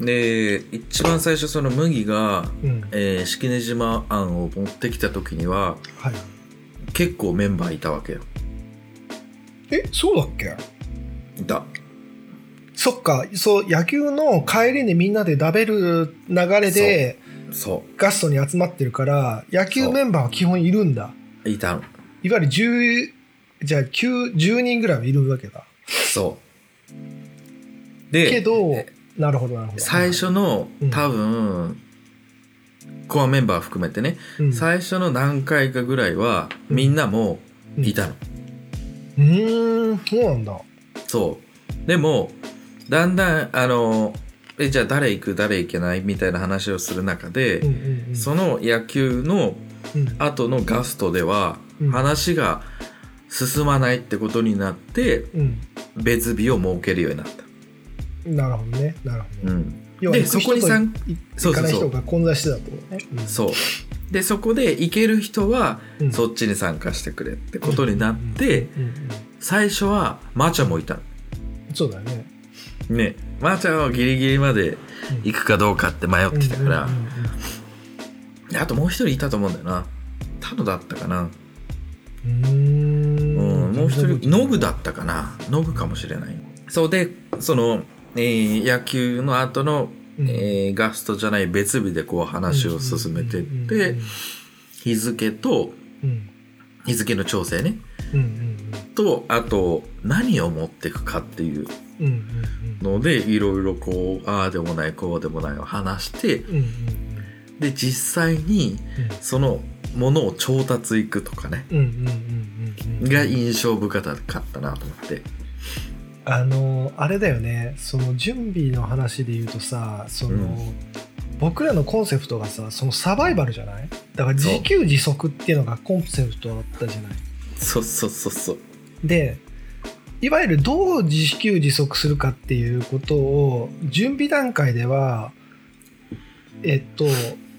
Speaker 1: うん
Speaker 2: で、一番最初その麦が、
Speaker 1: うん
Speaker 2: えー、式根島案を持ってきた時には、
Speaker 1: はい
Speaker 2: 結構メンバーいたわけよ。
Speaker 1: えそうだっけ
Speaker 2: いた。
Speaker 1: そっか、そう、野球の帰りにみんなで食べる流れで
Speaker 2: そ
Speaker 1: ガストに集まってるから、野球
Speaker 2: そう
Speaker 1: メンバーは基本いるんだ。
Speaker 2: う。いたの。
Speaker 1: いわゆる10、じゃあ9、10人ぐらいはいるわけだ。
Speaker 2: そう。で、
Speaker 1: けど、なるほど、なるほど。
Speaker 2: 最初の
Speaker 1: うん
Speaker 2: 多分、コアメンバー含めてね、
Speaker 1: うん、
Speaker 2: 最初の何回かぐらいは、
Speaker 1: うん
Speaker 2: みんなも
Speaker 1: うん
Speaker 2: いたの。
Speaker 1: うーん、そうなんだ。
Speaker 2: そう。でも、だんだん、あの、え、じゃあ誰行く誰行けないみたいな話をする中で、
Speaker 1: うんうんうん。
Speaker 2: その野球の
Speaker 1: うん
Speaker 2: 後のガストでは
Speaker 1: うん
Speaker 2: 話が進まないってことになって
Speaker 1: うん。
Speaker 2: 別日を設けるようになった。
Speaker 1: なるほどね、なるほど。
Speaker 2: うん、
Speaker 1: 要は
Speaker 2: で
Speaker 1: 行く人
Speaker 2: そこに
Speaker 1: と
Speaker 2: 参
Speaker 1: い
Speaker 2: そ
Speaker 1: 行か
Speaker 2: うそう
Speaker 1: ない
Speaker 2: そ
Speaker 1: 人
Speaker 2: う
Speaker 1: が混在してたってことね。うん
Speaker 2: そうでそこで行ける人は
Speaker 1: うん
Speaker 2: そっちに参加してくれってことになって
Speaker 1: うんうん
Speaker 2: 最初はマーチャもいた
Speaker 1: そうだよね。
Speaker 2: ねマーチャはギリギリまで行くかどうかって迷ってたから、
Speaker 1: うんうんうんうん
Speaker 2: であともう一人いたと思うんだよなタノだったかな、
Speaker 1: うーん
Speaker 2: うん、もう一人ノグだったかなノグかもしれないそうでその、えー野球の後の
Speaker 1: うん
Speaker 2: えーガストじゃない別日でこう話を進めてっ
Speaker 1: う
Speaker 2: て
Speaker 1: ん
Speaker 2: 日付と
Speaker 1: うん
Speaker 2: 日付の調整ね
Speaker 1: うんうん
Speaker 2: とあと何を持ってくかっていう
Speaker 1: うんうんうん
Speaker 2: のでいろいろこうああでもないこうでもないを話して
Speaker 1: うんうんうん
Speaker 2: で実際にそのものを調達いくとかね
Speaker 1: うんうんうんうんうん
Speaker 2: が印象深かったなと思って
Speaker 1: あのあれだよねその準備の話で言うとさその、
Speaker 2: うん
Speaker 1: 僕らのコンセプトがさそのサバイバルじゃないだから
Speaker 2: そう
Speaker 1: 自給自足っていうのがコンセプトだったじゃない
Speaker 2: そうそうそうそう
Speaker 1: でいわゆるどう自給自足するかっていうことを準備段階ではえっと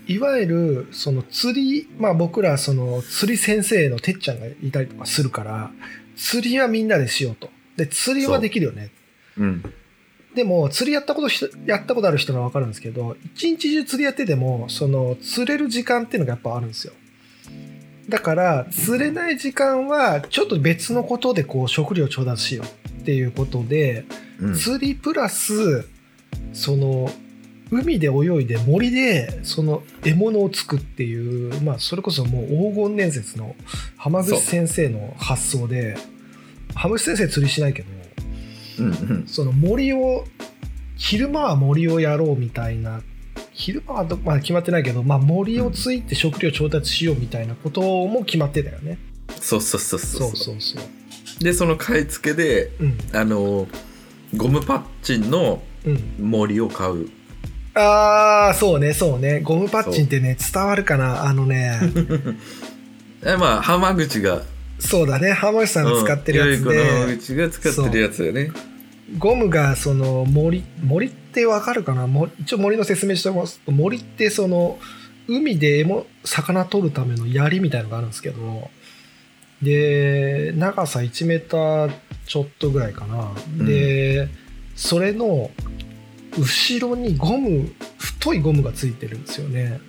Speaker 1: いわゆるその釣りまあ僕らその釣り先生のてっちゃんがいたりとかするから釣りはみんなでしようとで釣りはできるよね
Speaker 2: うん
Speaker 1: でも釣りやったことしやったことある人は分かるんですけど一日中釣りやっててもその釣れる時間っていうのがやっぱあるんですよだから釣れない時間はちょっと別のことでこう食料調達しようっていうことで、
Speaker 2: うん
Speaker 1: 釣りプラスその海で泳いで森でその獲物をつくっていう、まあ、それこそもう黄金伝説の浜口先生の発想で浜口先生釣りしないけど
Speaker 2: うんうん
Speaker 1: その森を昼間は森をやろうみたいな昼間はど、まあ、決まってないけど、まあ、森をついて食料調達しようみたいなことも決まってたよね。
Speaker 2: そうそうそうそ
Speaker 1: そ
Speaker 2: う
Speaker 1: うそうそう。
Speaker 2: でその買い付けで
Speaker 1: うん
Speaker 2: あのゴムパッチンの
Speaker 1: うん、
Speaker 2: 森を買う
Speaker 1: ああそうねそうねゴムパッチンってね伝わるかなあの ね
Speaker 2: えまあ浜口が
Speaker 1: そうだね浜口さんが使ってるやつ
Speaker 2: うんよい子の
Speaker 1: で
Speaker 2: 浜、口が使ってるやつよね
Speaker 1: ゴムがその森森ってわかるかな森一応森の説明してます森ってその海で獲物魚取るための槍みたいのがあるんですけどで長さ1メーターちょっとぐらいかな、
Speaker 2: うん
Speaker 1: でそれの後ろにゴム太いゴムがついてるんですよね、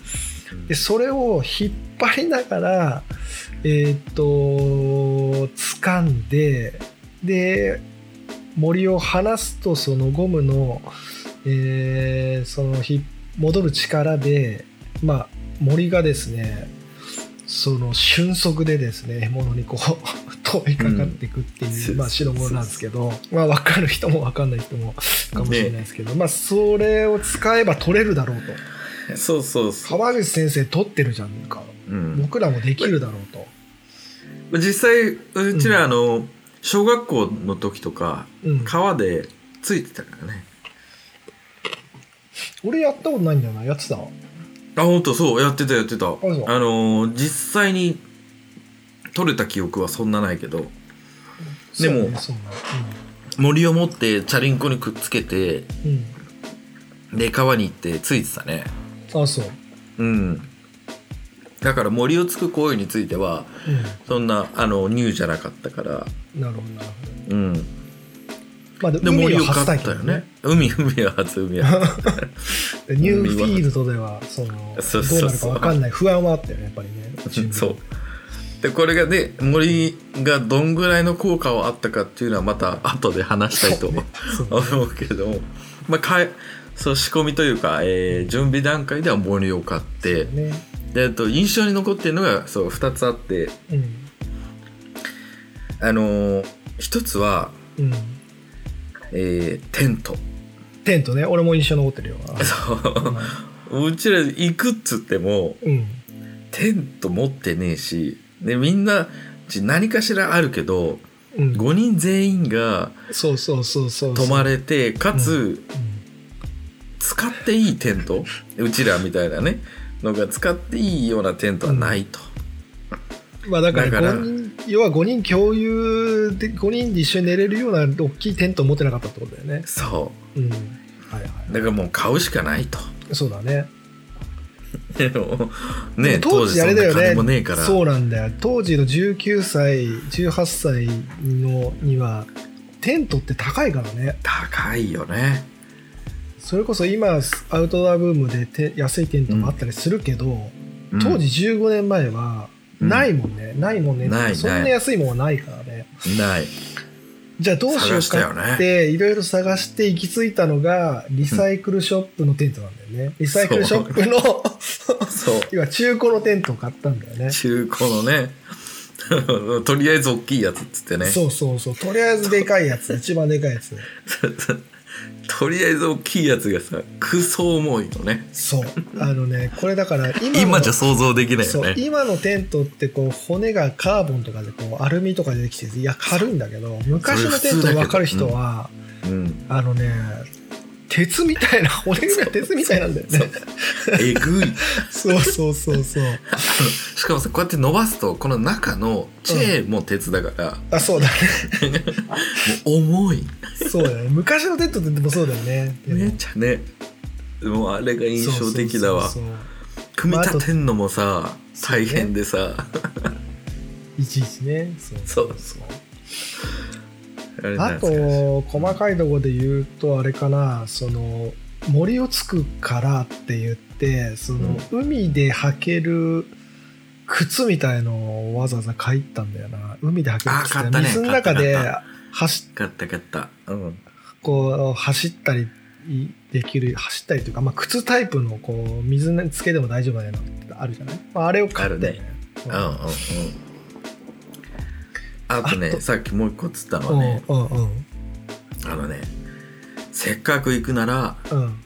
Speaker 1: でそれを引っ張りながらえーっ、と掴んでで森を離すとそのゴムの、えーそのひ戻る力で、まあ、森がですねその瞬足でですね獲物にこう 飛びかかっていくっていう、
Speaker 2: うん
Speaker 1: まあ、白物なんですけど、まあ、分かる人も分かんない人もかもしれないですけど、まあ、それを使えば取れるだろうと。
Speaker 2: そうそうそう、
Speaker 1: 川口先生取ってるじゃんか
Speaker 2: うん、
Speaker 1: 僕らもできるだろうと、
Speaker 2: 実際うち
Speaker 1: う
Speaker 2: ら
Speaker 1: ん
Speaker 2: あの、小学校の時とか
Speaker 1: うん、
Speaker 2: 川でついてたからね
Speaker 1: 俺やったことないんだよなやつだ
Speaker 2: あ本当そうやってたやってたあ
Speaker 1: そう
Speaker 2: のー実際に取れた記憶はそんなないけどでも
Speaker 1: そうねそうね
Speaker 2: 森を持ってチャリンコにくっつけて
Speaker 1: うん、
Speaker 2: で川に行ってついてたね
Speaker 1: うん、あそう、
Speaker 2: うんだから森をつく行為についてはそんなあのニューじゃなかったから
Speaker 1: うん、なるほどなるほど
Speaker 2: うん
Speaker 1: まあで
Speaker 2: で
Speaker 1: も海
Speaker 2: 森
Speaker 1: は
Speaker 2: を
Speaker 1: 初
Speaker 2: 買
Speaker 1: 体
Speaker 2: ったよ
Speaker 1: 験
Speaker 2: ね海海は初海は 初
Speaker 1: でニューフィールドではその
Speaker 2: そうそうそう
Speaker 1: どうなるか分かんない不安はあったよねやっぱりね
Speaker 2: そうでこれがね森がどんぐらいの効果はあったかっていうのはまた後で話したいと思う
Speaker 1: そうね
Speaker 2: 思うけども、まあ、かえそう仕込みというか、えー準備段階では森を買って
Speaker 1: そうね
Speaker 2: であと印象に残ってるのがそう2つあって
Speaker 1: うん
Speaker 2: あのー、1つは、
Speaker 1: うん
Speaker 2: えーテント
Speaker 1: テントね俺も印象残ってるよ
Speaker 2: そううちら行くっつっても
Speaker 1: うん
Speaker 2: テント持ってねえしでみんなち何かしらあるけど
Speaker 1: うん、
Speaker 2: 5人全員が
Speaker 1: そうそうそうそう
Speaker 2: 泊ま
Speaker 1: れ、
Speaker 2: れてかつ
Speaker 1: うん
Speaker 2: 使っていいテントうちらみたいなねのが使っていいようなテントはないと。
Speaker 1: まあだから
Speaker 2: だから
Speaker 1: 五人要は5人共有で5人で一緒に寝れるような大きいテントを持ってなかったってことだよね。
Speaker 2: そ
Speaker 1: うん。はいは
Speaker 2: う。だからもう買うしかないと。
Speaker 1: い。そうだね。
Speaker 2: でも
Speaker 1: で
Speaker 2: ね
Speaker 1: も当
Speaker 2: 当
Speaker 1: 時あ
Speaker 2: 時そ
Speaker 1: れ
Speaker 2: ん
Speaker 1: だよ
Speaker 2: な
Speaker 1: ね
Speaker 2: 金もねえから。
Speaker 1: そうなんだよ。当時の19歳、18歳のには、テントって高いからね。
Speaker 2: 高いよね。
Speaker 1: それこそ今、アウトドアブームでて安いテントもあったりするけど、
Speaker 2: うん
Speaker 1: 当時15年前は、
Speaker 2: うん
Speaker 1: ないもんね。ないもんね。
Speaker 2: ないない
Speaker 1: そんな安いもんはないからね。
Speaker 2: ない。
Speaker 1: じゃあどうしようかっていろいろ探して行き着いたのがリサイクルショップのテントなんだよね。リサイクルショップの
Speaker 2: そう。
Speaker 1: 要は中古のテントを買ったんだよね。
Speaker 2: 中古のね。 とりあえず大きいやつっつってね。
Speaker 1: そうそうそう。とりあえずでかいやつ、一番でかいやつ。
Speaker 2: とりあえず大きいやつがさ、クソ重いのね。
Speaker 1: そう。あのね、これだから今の
Speaker 2: 今じゃ想像できない
Speaker 1: そ
Speaker 2: よ
Speaker 1: う
Speaker 2: ね。
Speaker 1: 今のテントってこう骨がカーボンとかでこうアルミとかでできてていや軽いんだけど昔のテント分かる人は、
Speaker 2: うん。
Speaker 1: あのね鉄みたいな骨が鉄みたいなんだよね
Speaker 2: そうえぐい。
Speaker 1: そうそうそうそう
Speaker 2: しかもさ、こうやって伸ばすと、この中のチェーンも鉄だから、
Speaker 1: あそうだね
Speaker 2: もう重い。
Speaker 1: そうだね昔のテントってでもそうだよね
Speaker 2: めっちゃねもうあれが印象的だわ
Speaker 1: そうそうそうそう
Speaker 2: 組み立てんのもさ大変でさ、
Speaker 1: いちいちねそう
Speaker 2: そうそうあれ
Speaker 1: あ
Speaker 2: 懐かしい
Speaker 1: と細かいところで言うとあれかなその森をつくからって言ってその、海で履ける靴みたいのをわざわざ買いに行ったんだよな海で履ける
Speaker 2: あ
Speaker 1: 靴
Speaker 2: 買ったね
Speaker 1: 水の中で
Speaker 2: 買った買
Speaker 1: 走っ
Speaker 2: 買った買ったうん
Speaker 1: こう走ったりできる走ったりというか、まあ、靴タイプのこう水つけでも大丈夫なようなのってあるじゃない、まあ、あれを買って、
Speaker 2: あるうんうんうんあとね
Speaker 1: あと
Speaker 2: さっきもう一個つったの
Speaker 1: う
Speaker 2: は
Speaker 1: ん
Speaker 2: ね
Speaker 1: うんうん
Speaker 2: あのねせっかく行くなら
Speaker 1: うん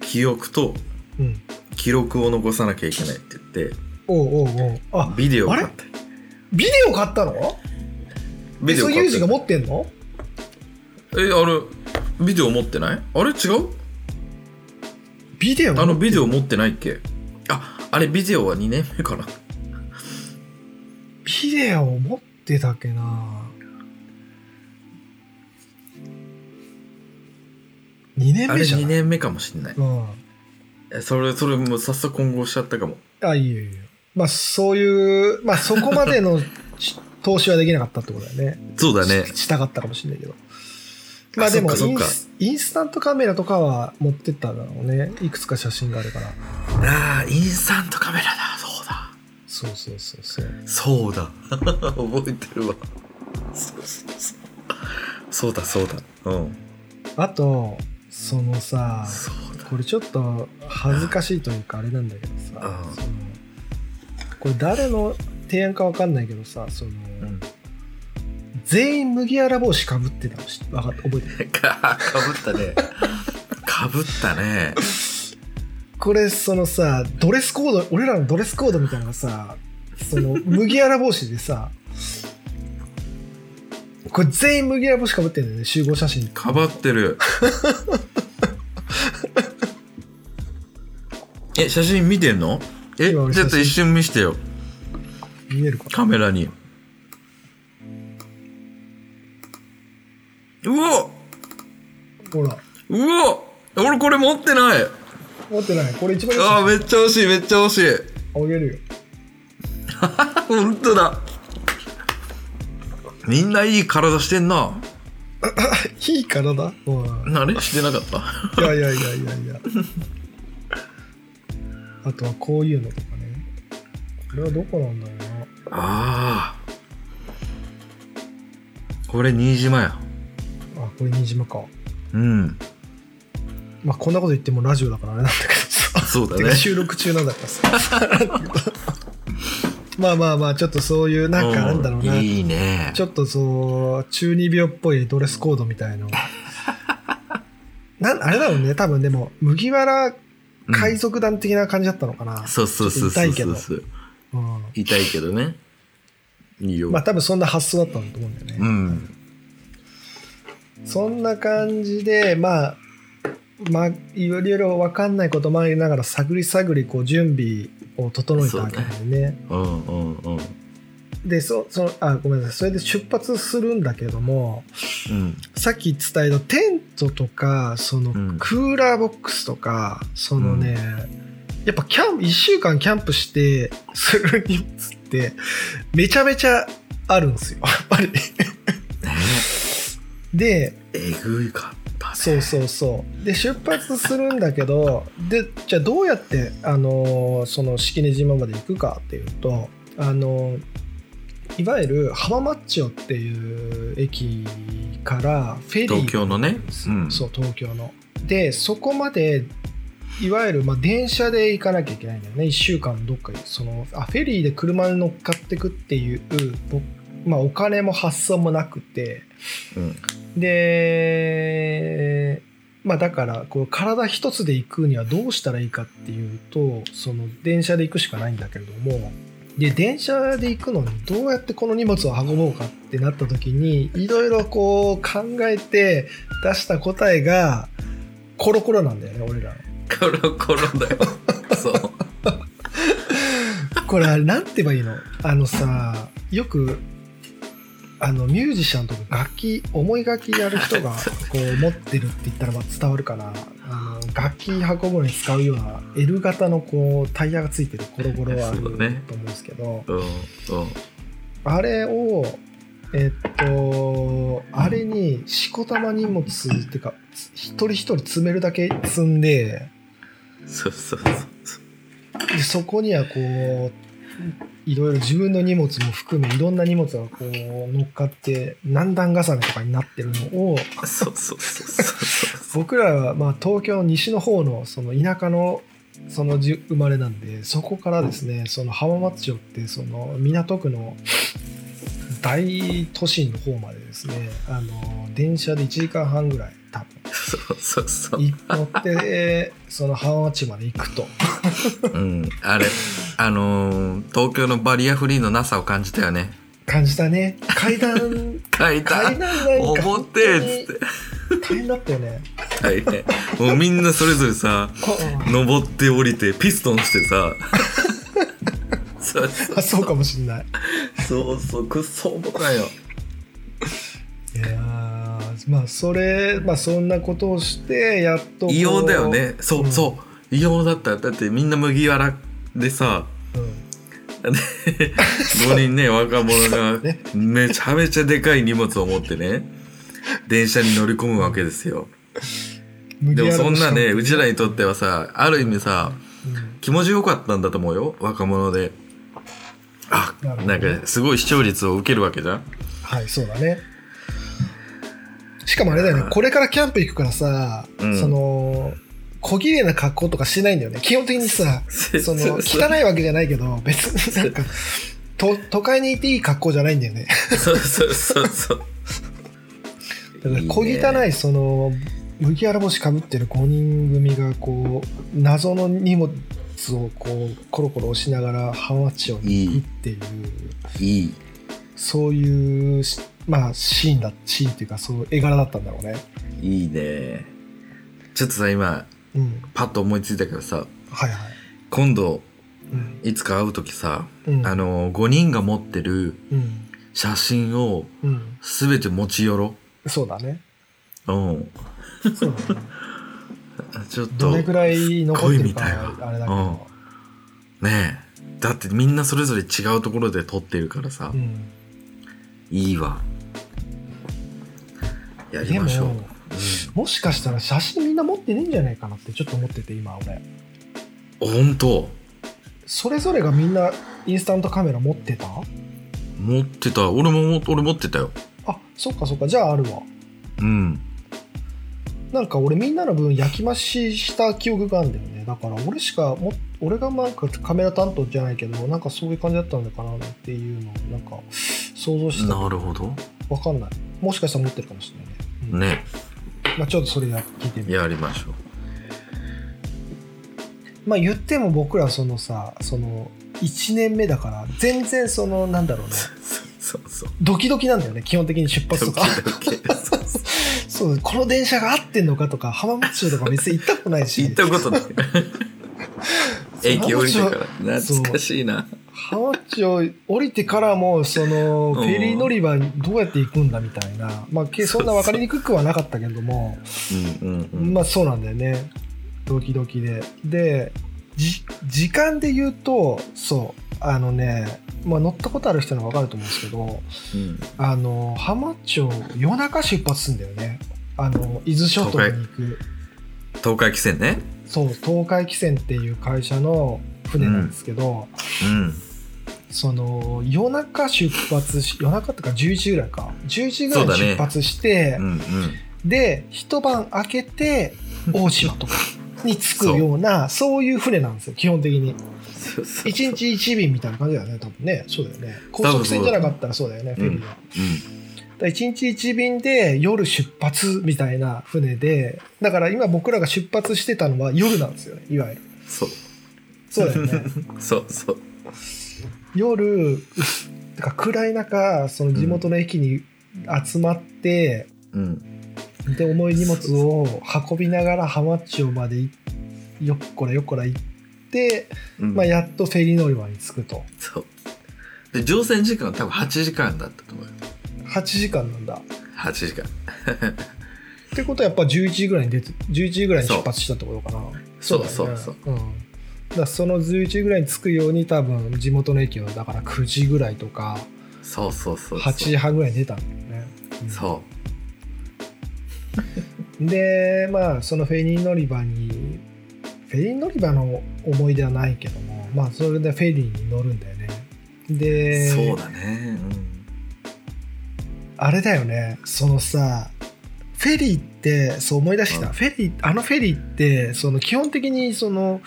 Speaker 2: 記憶と
Speaker 1: うん
Speaker 2: 記録を残さなきゃいけないって言って
Speaker 1: おうおうおうあ
Speaker 2: ビデオを
Speaker 1: あ
Speaker 2: 買
Speaker 1: れ
Speaker 2: った
Speaker 1: ビデオ買ったの
Speaker 2: ビデオ
Speaker 1: そう
Speaker 2: 買
Speaker 1: ユー
Speaker 2: っ
Speaker 1: ジ
Speaker 2: た
Speaker 1: が持ってんの
Speaker 2: えあれビデオ持ってないあれ違う
Speaker 1: ビデオ
Speaker 2: あのビデオ持ってないっけああれビデオは2年目かな
Speaker 1: ビデオ持ってたっけな2年
Speaker 2: あれ
Speaker 1: 目じゃない
Speaker 2: 2年目かもしんない
Speaker 1: うん
Speaker 2: えそれそれもう早速混合しちゃったかも
Speaker 1: あいいよいいよまあそういうまあそこまで のし投資はできなかったってことだよね
Speaker 2: そうだね
Speaker 1: ししたかったかもしれないけどまあ
Speaker 2: そ
Speaker 1: で
Speaker 2: っ
Speaker 1: も
Speaker 2: かそ
Speaker 1: イ
Speaker 2: っ
Speaker 1: ン
Speaker 2: か
Speaker 1: スインスタントカメラとかは持ってったんだろうねいくつか写真があるから
Speaker 2: ああインスタントカメラだそうだ
Speaker 1: そうそうそうそう
Speaker 2: そうだ 覚えてるわそうそうそうそうだそうだうん
Speaker 1: あとそのさ
Speaker 2: そうだ
Speaker 1: これちょっと恥ずかしいというかあれなんだけどさ
Speaker 2: うん
Speaker 1: そのこれ誰の提案かわかんないけどさその、
Speaker 2: うん、
Speaker 1: 全員麦わら帽子かぶってたの知ってわかった覚えてる
Speaker 2: かかぶったねかぶったね
Speaker 1: これそのさドレスコード俺らのドレスコードみたいなのがさその麦わら帽子でさこれ全員麦わら帽子かぶってんだよね集合写真
Speaker 2: かばってるえ写真見てんのえち
Speaker 1: 今
Speaker 2: ょ
Speaker 1: 俺
Speaker 2: っと一瞬見してよ
Speaker 1: 見えるか
Speaker 2: カメラにうお
Speaker 1: ほら
Speaker 2: うお俺これ持ってない
Speaker 1: 持ってないこれ一番いい
Speaker 2: あー
Speaker 1: や
Speaker 2: めっちゃ惜しいめっちゃ惜しい
Speaker 1: つあげるよ
Speaker 2: あ本当だみんないい体してんない
Speaker 1: い体もう
Speaker 2: あれしてなかった
Speaker 1: いやいやいやいやいや。 あとはこういうのとかね。これはどこなんだろうな。
Speaker 2: あーこれ新島や
Speaker 1: あ、これ新島か。
Speaker 2: うん
Speaker 1: まあこんなこと言ってもラジオだからあれなんだけどさ。
Speaker 2: そうだ
Speaker 1: て
Speaker 2: ね
Speaker 1: か収録中なんだから さ。まあまあまあ、ちょっとそういう、なんかなんだろうな。
Speaker 2: うんいいね
Speaker 1: ちょっとそう、中二病っぽいドレスコードみたいの。なんあれだろうね、多分でも、麦わら海賊団的な感じだったのかな。
Speaker 2: そうそうそう
Speaker 1: ち
Speaker 2: そ
Speaker 1: ょ
Speaker 2: う
Speaker 1: っと痛いけ
Speaker 2: そ
Speaker 1: ど
Speaker 2: うそう
Speaker 1: うん
Speaker 2: 痛いけどねいいよ、
Speaker 1: まあ多分そんな発想だったんだと思うんだよね。
Speaker 2: うん
Speaker 1: そんな感じで、まあ、まあ、いろいろ分かんないこともありながら、探り探りこう準備を整えたわけだよね。
Speaker 2: うんうんうん
Speaker 1: でそそのあ、ごめんなさい、それで出発するんだけども、
Speaker 2: うん
Speaker 1: さっき伝えたテントとか、その
Speaker 2: うん
Speaker 1: クーラーボックスとか、そのね、やっぱキャンプ、1週間キャンプして、する荷物って、めちゃめちゃあるんですよ、やっぱり。
Speaker 2: ね
Speaker 1: で、
Speaker 2: えぐいかったね
Speaker 1: そうそうそうで出発するんだけどでじゃあどうやって、あのーその式根島まで行くかっていうと、あのーいわゆる浜マッチョっていう駅からフェリー
Speaker 2: 東京のねうん
Speaker 1: そう東京のでそこまでいわゆるまあ電車で行かなきゃいけないんだよね1週間どっかにそのあフェリーで車に乗っかってくっていう、ぼまあ、お金も発想もなくて
Speaker 2: うん
Speaker 1: でまあだからこう体一つで行くにはどうしたらいいかっていうとその電車で行くしかないんだけれどもで電車で行くのにどうやってこの荷物を運ぼうかってなった時にいろいろこう考えて出した答えがコロコロなんだよね俺ら
Speaker 2: コロコロだよそう
Speaker 1: のこれあれなんて言えばいいのあのさよくあのミュージシャンとか楽器重い楽器やる人 がこう持ってるって言ったらまあ伝わるかなあの楽器運ぶのに使うような L 型のこうタイヤがついてるコロコロはあると
Speaker 2: そ
Speaker 1: 思
Speaker 2: う
Speaker 1: う
Speaker 2: だね
Speaker 1: んですけど、
Speaker 2: うん
Speaker 1: あれをえっとあれにしこたま荷物っていうか一人一人詰めるだけ積んで
Speaker 2: うんそうそうそうそう
Speaker 1: でそこにはこういろいろ自分の荷物も含めいろんな荷物がこう乗っかって何段重ねとかになってるのを
Speaker 2: そうそうそうそうそう
Speaker 1: 僕らはまあ東京の西の方のその田舎のそのじ生まれなんでそこからですねその浜松町ってその港区の大都心の方までですねあの電車で1時間半ぐらい多分
Speaker 2: そうそうそう
Speaker 1: い乗ってその浜松町まで行くと
Speaker 2: うん、あれ、あのー東京のバリアフリーのなさを感じたよね。
Speaker 1: 感じたね階段
Speaker 2: 書いた
Speaker 1: 階段なんか
Speaker 2: 思
Speaker 1: 本
Speaker 2: って
Speaker 1: 当
Speaker 2: っ
Speaker 1: に
Speaker 2: つって。
Speaker 1: 大変だったよね
Speaker 2: 大変。もうみんなそれぞれさ、登って降りて、ピストンしてさ。そう
Speaker 1: あそうかもしん ない
Speaker 2: そうそう、くっそ重たいよ。
Speaker 1: いやーまあそれまあそんなことをしてやっとこう
Speaker 2: 異様だよね。そう、
Speaker 1: うん
Speaker 2: そう。異様だった。だってみんな麦わらでさ、
Speaker 1: うん
Speaker 2: 5人ね、若者が
Speaker 1: ね
Speaker 2: めちゃめちゃでかい荷物を持ってね、電車に乗り込むわけですよ。でもそんなね、うちらにとってはさ、ある意味さ、
Speaker 1: うん
Speaker 2: 気持ちよかったんだと思うよ、若者で。あ、
Speaker 1: なるほ
Speaker 2: な
Speaker 1: ど
Speaker 2: ん
Speaker 1: ね
Speaker 2: かすごい視聴率を受けるわけじゃん。
Speaker 1: はいそうだねしかもあれだよねこれからキャンプ行くからさ、
Speaker 2: うん
Speaker 1: その小綺麗な格好とかしてないんだよね基本的に さその汚いわけじゃないけど別になんかと都会にいていい格好じゃないんだよね
Speaker 2: そうそうそうそう。
Speaker 1: だから小汚いその麦わら帽子かぶってる5人組がこう謎の荷物をこうコロコロ押しながら浜松町に行くっていう
Speaker 2: いいね。いい。
Speaker 1: そういうしまあシーンだシーンっていうかそう絵柄だったんだろうね
Speaker 2: いいね。ちょっとさ、今、
Speaker 1: うん
Speaker 2: パッと思いついたけどさ、
Speaker 1: はいはい
Speaker 2: 今度、
Speaker 1: うん
Speaker 2: いつか会うときさ、
Speaker 1: うん
Speaker 2: あの、5人が持ってる
Speaker 1: うん
Speaker 2: 写真を
Speaker 1: うん
Speaker 2: すべて持ち寄ろ
Speaker 1: そうだね
Speaker 2: う。うん。
Speaker 1: そうだ ね
Speaker 2: ちょっと。
Speaker 1: どれぐらい残ってるか
Speaker 2: すっごいみたいな
Speaker 1: あれだけど
Speaker 2: ねえだってみんなそれぞれ違うところで撮ってるからさ、
Speaker 1: うん
Speaker 2: いいわやり
Speaker 1: で
Speaker 2: ましょう、う
Speaker 1: ももしかしたら写真みんな持ってねえんじゃないかなってちょっと思ってて今俺
Speaker 2: ん、本当
Speaker 1: それぞれがみんなインスタントカメラ持ってた
Speaker 2: 持ってた俺もも俺持ってたよ
Speaker 1: あそっかそっかじゃああるわ
Speaker 2: うん
Speaker 1: なんか俺みんなの分焼き増しした記憶があるんだよねだから俺しかも俺がなんかカメラ担当じゃないけどなんかそういう感じだったのかななんていうのをなんか想像してた
Speaker 2: なるほど
Speaker 1: わかんないもしかしたら持ってるかもしれないね,うん、
Speaker 2: ね
Speaker 1: まあ、ちょっとそれや聞いてみる
Speaker 2: やりましょう
Speaker 1: まあ言っても僕らそのさその1年目だから全然そのなんだろうね
Speaker 2: そうそうそう
Speaker 1: ドキドキなんだよね基本的に出発とか
Speaker 2: ドキドキ そうそう
Speaker 1: そうこの電車が合ってんのかとか浜松町とか別に行ったことないし
Speaker 2: 行ったことない駅降りてから懐かしいな
Speaker 1: 浜松町降りてからもその
Speaker 2: う
Speaker 1: フ
Speaker 2: ん
Speaker 1: ェリー乗り場にどうやって行くんだみたいな、まあ、けそんな分かりにくくはなかったけれども
Speaker 2: うんうんうん、
Speaker 1: まあそうなんだよねドキドキででじ時間で言うとそうあのね、まあ、乗ったことある人の分かると思うんですけど
Speaker 2: うん
Speaker 1: あの浜松町夜中出発するんだよねあの伊豆諸島に行く
Speaker 2: 東海汽船ね
Speaker 1: そう東海汽船っていう会社の船なんですけど、
Speaker 2: うん
Speaker 1: その夜中出発し夜中とか11時ぐらいか11時ぐらいに
Speaker 2: そうだね
Speaker 1: 出発して、
Speaker 2: うんうん
Speaker 1: で一晩明け て大島とかに着くようなそういう船なんですよ基本的に
Speaker 2: そうそう
Speaker 1: 1日1便みたいな感じだよね多分ねそうだよね
Speaker 2: 多分そう
Speaker 1: 高速船じゃなかったらそうだよねフェリーは、1日1便で夜出発みたいな船でだから今僕らが出発してたのは夜なんですよねいわゆる
Speaker 2: うんそう
Speaker 1: そうだよね
Speaker 2: そうそう
Speaker 1: 夜うてか暗い中その地元の駅に集まって、
Speaker 2: うん
Speaker 1: で重い荷物を運びながら浜松町までいよっこらよっこら行って、
Speaker 2: うん
Speaker 1: まあ、やっとフェリー乗り場に着くと
Speaker 2: そうで乗船時間は多分8時間だったと思うよ
Speaker 1: 8時間なんだっ
Speaker 2: 8時間
Speaker 1: てことはやっぱ11時ぐらいに出て11時ぐらいに出発したってことかな
Speaker 2: そう
Speaker 1: だよね
Speaker 2: そう
Speaker 1: うんだからその11時ぐらいに着くように多分地元の駅はだから9時ぐらいとか
Speaker 2: そうそうそうそう
Speaker 1: 8時半ぐらいに出たんだよね、うん
Speaker 2: そ
Speaker 1: でまあそのフェリー乗り場にフェリー乗り場の思い出はないけどもまあそれでフェリーに乗るんだよねで
Speaker 2: そうだね。うん
Speaker 1: あれだよねそのさフェリーってそう思い出してきた、
Speaker 2: うん
Speaker 1: フェリーあのフェリーってその基本的にその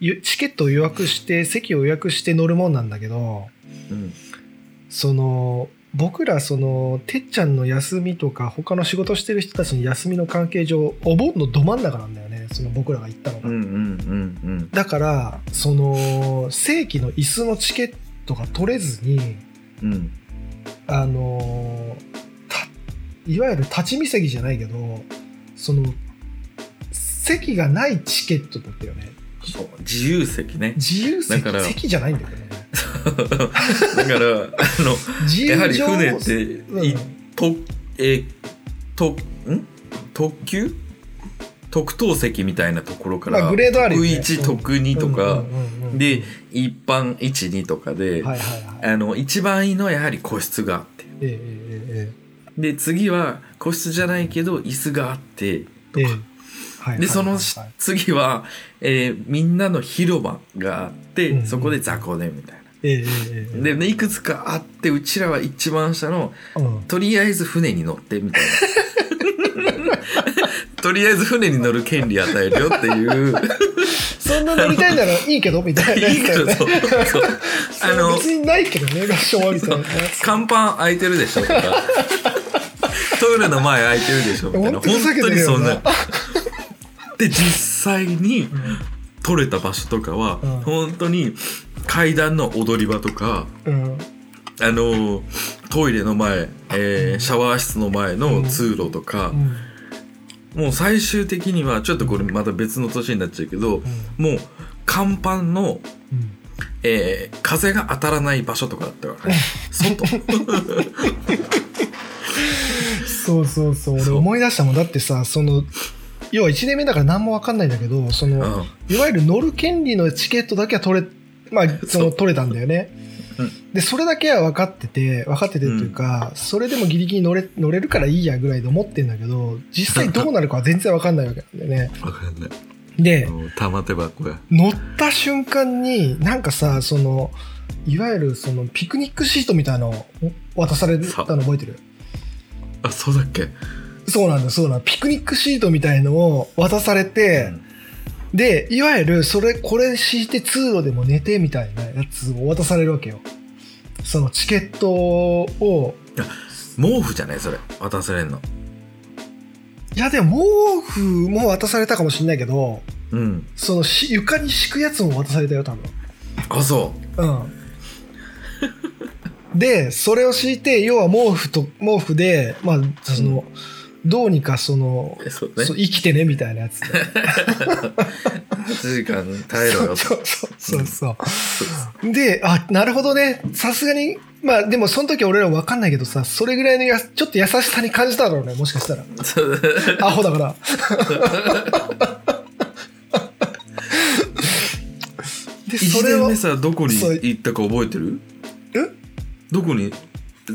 Speaker 1: ゆチケットを予約して席を予約して乗るもんなんだけど
Speaker 2: うん。
Speaker 1: その僕らそのてっちゃんの休みとか他の仕事してる人たちの休みの関係上お盆のど真ん中なんだよねその僕らが行ったのが、
Speaker 2: うんうんうん
Speaker 1: だからその正規の椅子のチケットが取れずに
Speaker 2: うん。うん。
Speaker 1: あのたいわゆる立ち見席じゃないけどその席がないチケットだったよね
Speaker 2: そう、自由席ね。
Speaker 1: 自由席
Speaker 2: だから
Speaker 1: 席じゃないんだけどね
Speaker 2: だから、あ の、
Speaker 1: 自由
Speaker 2: やはり
Speaker 1: 上
Speaker 2: 船って、
Speaker 1: うん
Speaker 2: いと、えー、と、ん特急特等席みたいなところから、
Speaker 1: まあグレードあるよね
Speaker 2: 特1、特2とか、
Speaker 1: うんうんうんうん
Speaker 2: で、一般1、2とかで、
Speaker 1: はいはいはい
Speaker 2: あの、一番いいのはやはり個室があって。
Speaker 1: えええ
Speaker 2: で、次は個室じゃないけど、椅子があって、
Speaker 1: えええええ
Speaker 2: とか
Speaker 1: はいはいはい
Speaker 2: で、その
Speaker 1: はい
Speaker 2: 次は、えーみんなの広場があって、
Speaker 1: うん
Speaker 2: そこで雑魚でみたい
Speaker 1: えええええ
Speaker 2: な。
Speaker 1: え
Speaker 2: で、ね、いくつかあって、うちらは一番下の、
Speaker 1: うん
Speaker 2: とりあえず船に乗ってみたい な。とりあえず船に乗る権利与えるよって いう。
Speaker 1: そんな乗りたいならいいけどみたいなや
Speaker 2: いい
Speaker 1: つ
Speaker 2: け
Speaker 1: だよ
Speaker 2: ど、
Speaker 1: ね
Speaker 2: そう。そうあ
Speaker 1: それ
Speaker 2: の、
Speaker 1: 別にないけど ね合唱みたいなやつ
Speaker 2: 甲板空いてるでしょとか、トイレの前空いてるでしょみたいな。
Speaker 1: 本当に
Speaker 2: 本
Speaker 1: 避け
Speaker 2: 当
Speaker 1: て
Speaker 2: に
Speaker 1: る
Speaker 2: そ
Speaker 1: よ
Speaker 2: ん
Speaker 1: な
Speaker 2: な。で、実際に、取れた場所とかは、
Speaker 1: うん
Speaker 2: 本当に階段の踊り場とか、
Speaker 1: うんうん
Speaker 2: あのートイレの前、えー
Speaker 1: うん
Speaker 2: シャワー室の前の通路とか
Speaker 1: う、ん
Speaker 2: もう最終的にはちょっとこれまた別の年になっちゃうけど、
Speaker 1: う
Speaker 2: もう甲板の、
Speaker 1: うん
Speaker 2: えー風が当たらない場所とかだった から、ね、外
Speaker 1: そうそうそう俺
Speaker 2: そう
Speaker 1: 思い出したもんだってさその要は1年目だから何も分かんないんだけどその
Speaker 2: う
Speaker 1: いわゆる乗る権利のチケットだけは取れ,、まあ、そ
Speaker 2: そ
Speaker 1: の
Speaker 2: う
Speaker 1: 取れたんだよね
Speaker 2: う
Speaker 1: でそれだけは分かってて分かっててっていうか、それでもギリギリ乗れ乗れるからいいやぐらいで思ってんだけど実際どうなるかは全然分かんないわけなんだよね
Speaker 2: ん、わかんない
Speaker 1: で
Speaker 2: もう玉手箱や
Speaker 1: 乗った瞬間になんかさそのいわゆるそのピクニックシートみたいなのを渡されたの覚えてる
Speaker 2: あそうだっけ、
Speaker 1: そうなんだ、そうなんだ。ピクニックシートみたいのを渡されて、で、いわゆる、それ、これ敷いて通路でも寝てみたいなやつを渡されるわけよ。そのチケットを、
Speaker 2: 毛布じゃないそれ渡されんの
Speaker 1: いやでも毛布も渡されたかもしんないけど、
Speaker 2: うん
Speaker 1: そのし床に敷くやつも渡されたよ、多分。
Speaker 2: あそ
Speaker 1: うん。で、それを敷いて、要は毛布と、毛布で、まあ、その、どうにかその、
Speaker 2: うそうね
Speaker 1: そう生きてねみたいなやつで。
Speaker 2: 8時間耐えろよと
Speaker 1: そうそうそうそう。で、あ、なるほどね。さすがに、まあでもその時俺ら分かんないけどさ、それぐらいのやちょっと優しさに感じたろうね、もしかした ら。 アホだ から。で、
Speaker 2: 一
Speaker 1: それ
Speaker 2: 年
Speaker 1: を
Speaker 2: 目、さどこに
Speaker 1: そう
Speaker 2: 行ったか覚えてる
Speaker 1: え
Speaker 2: どこに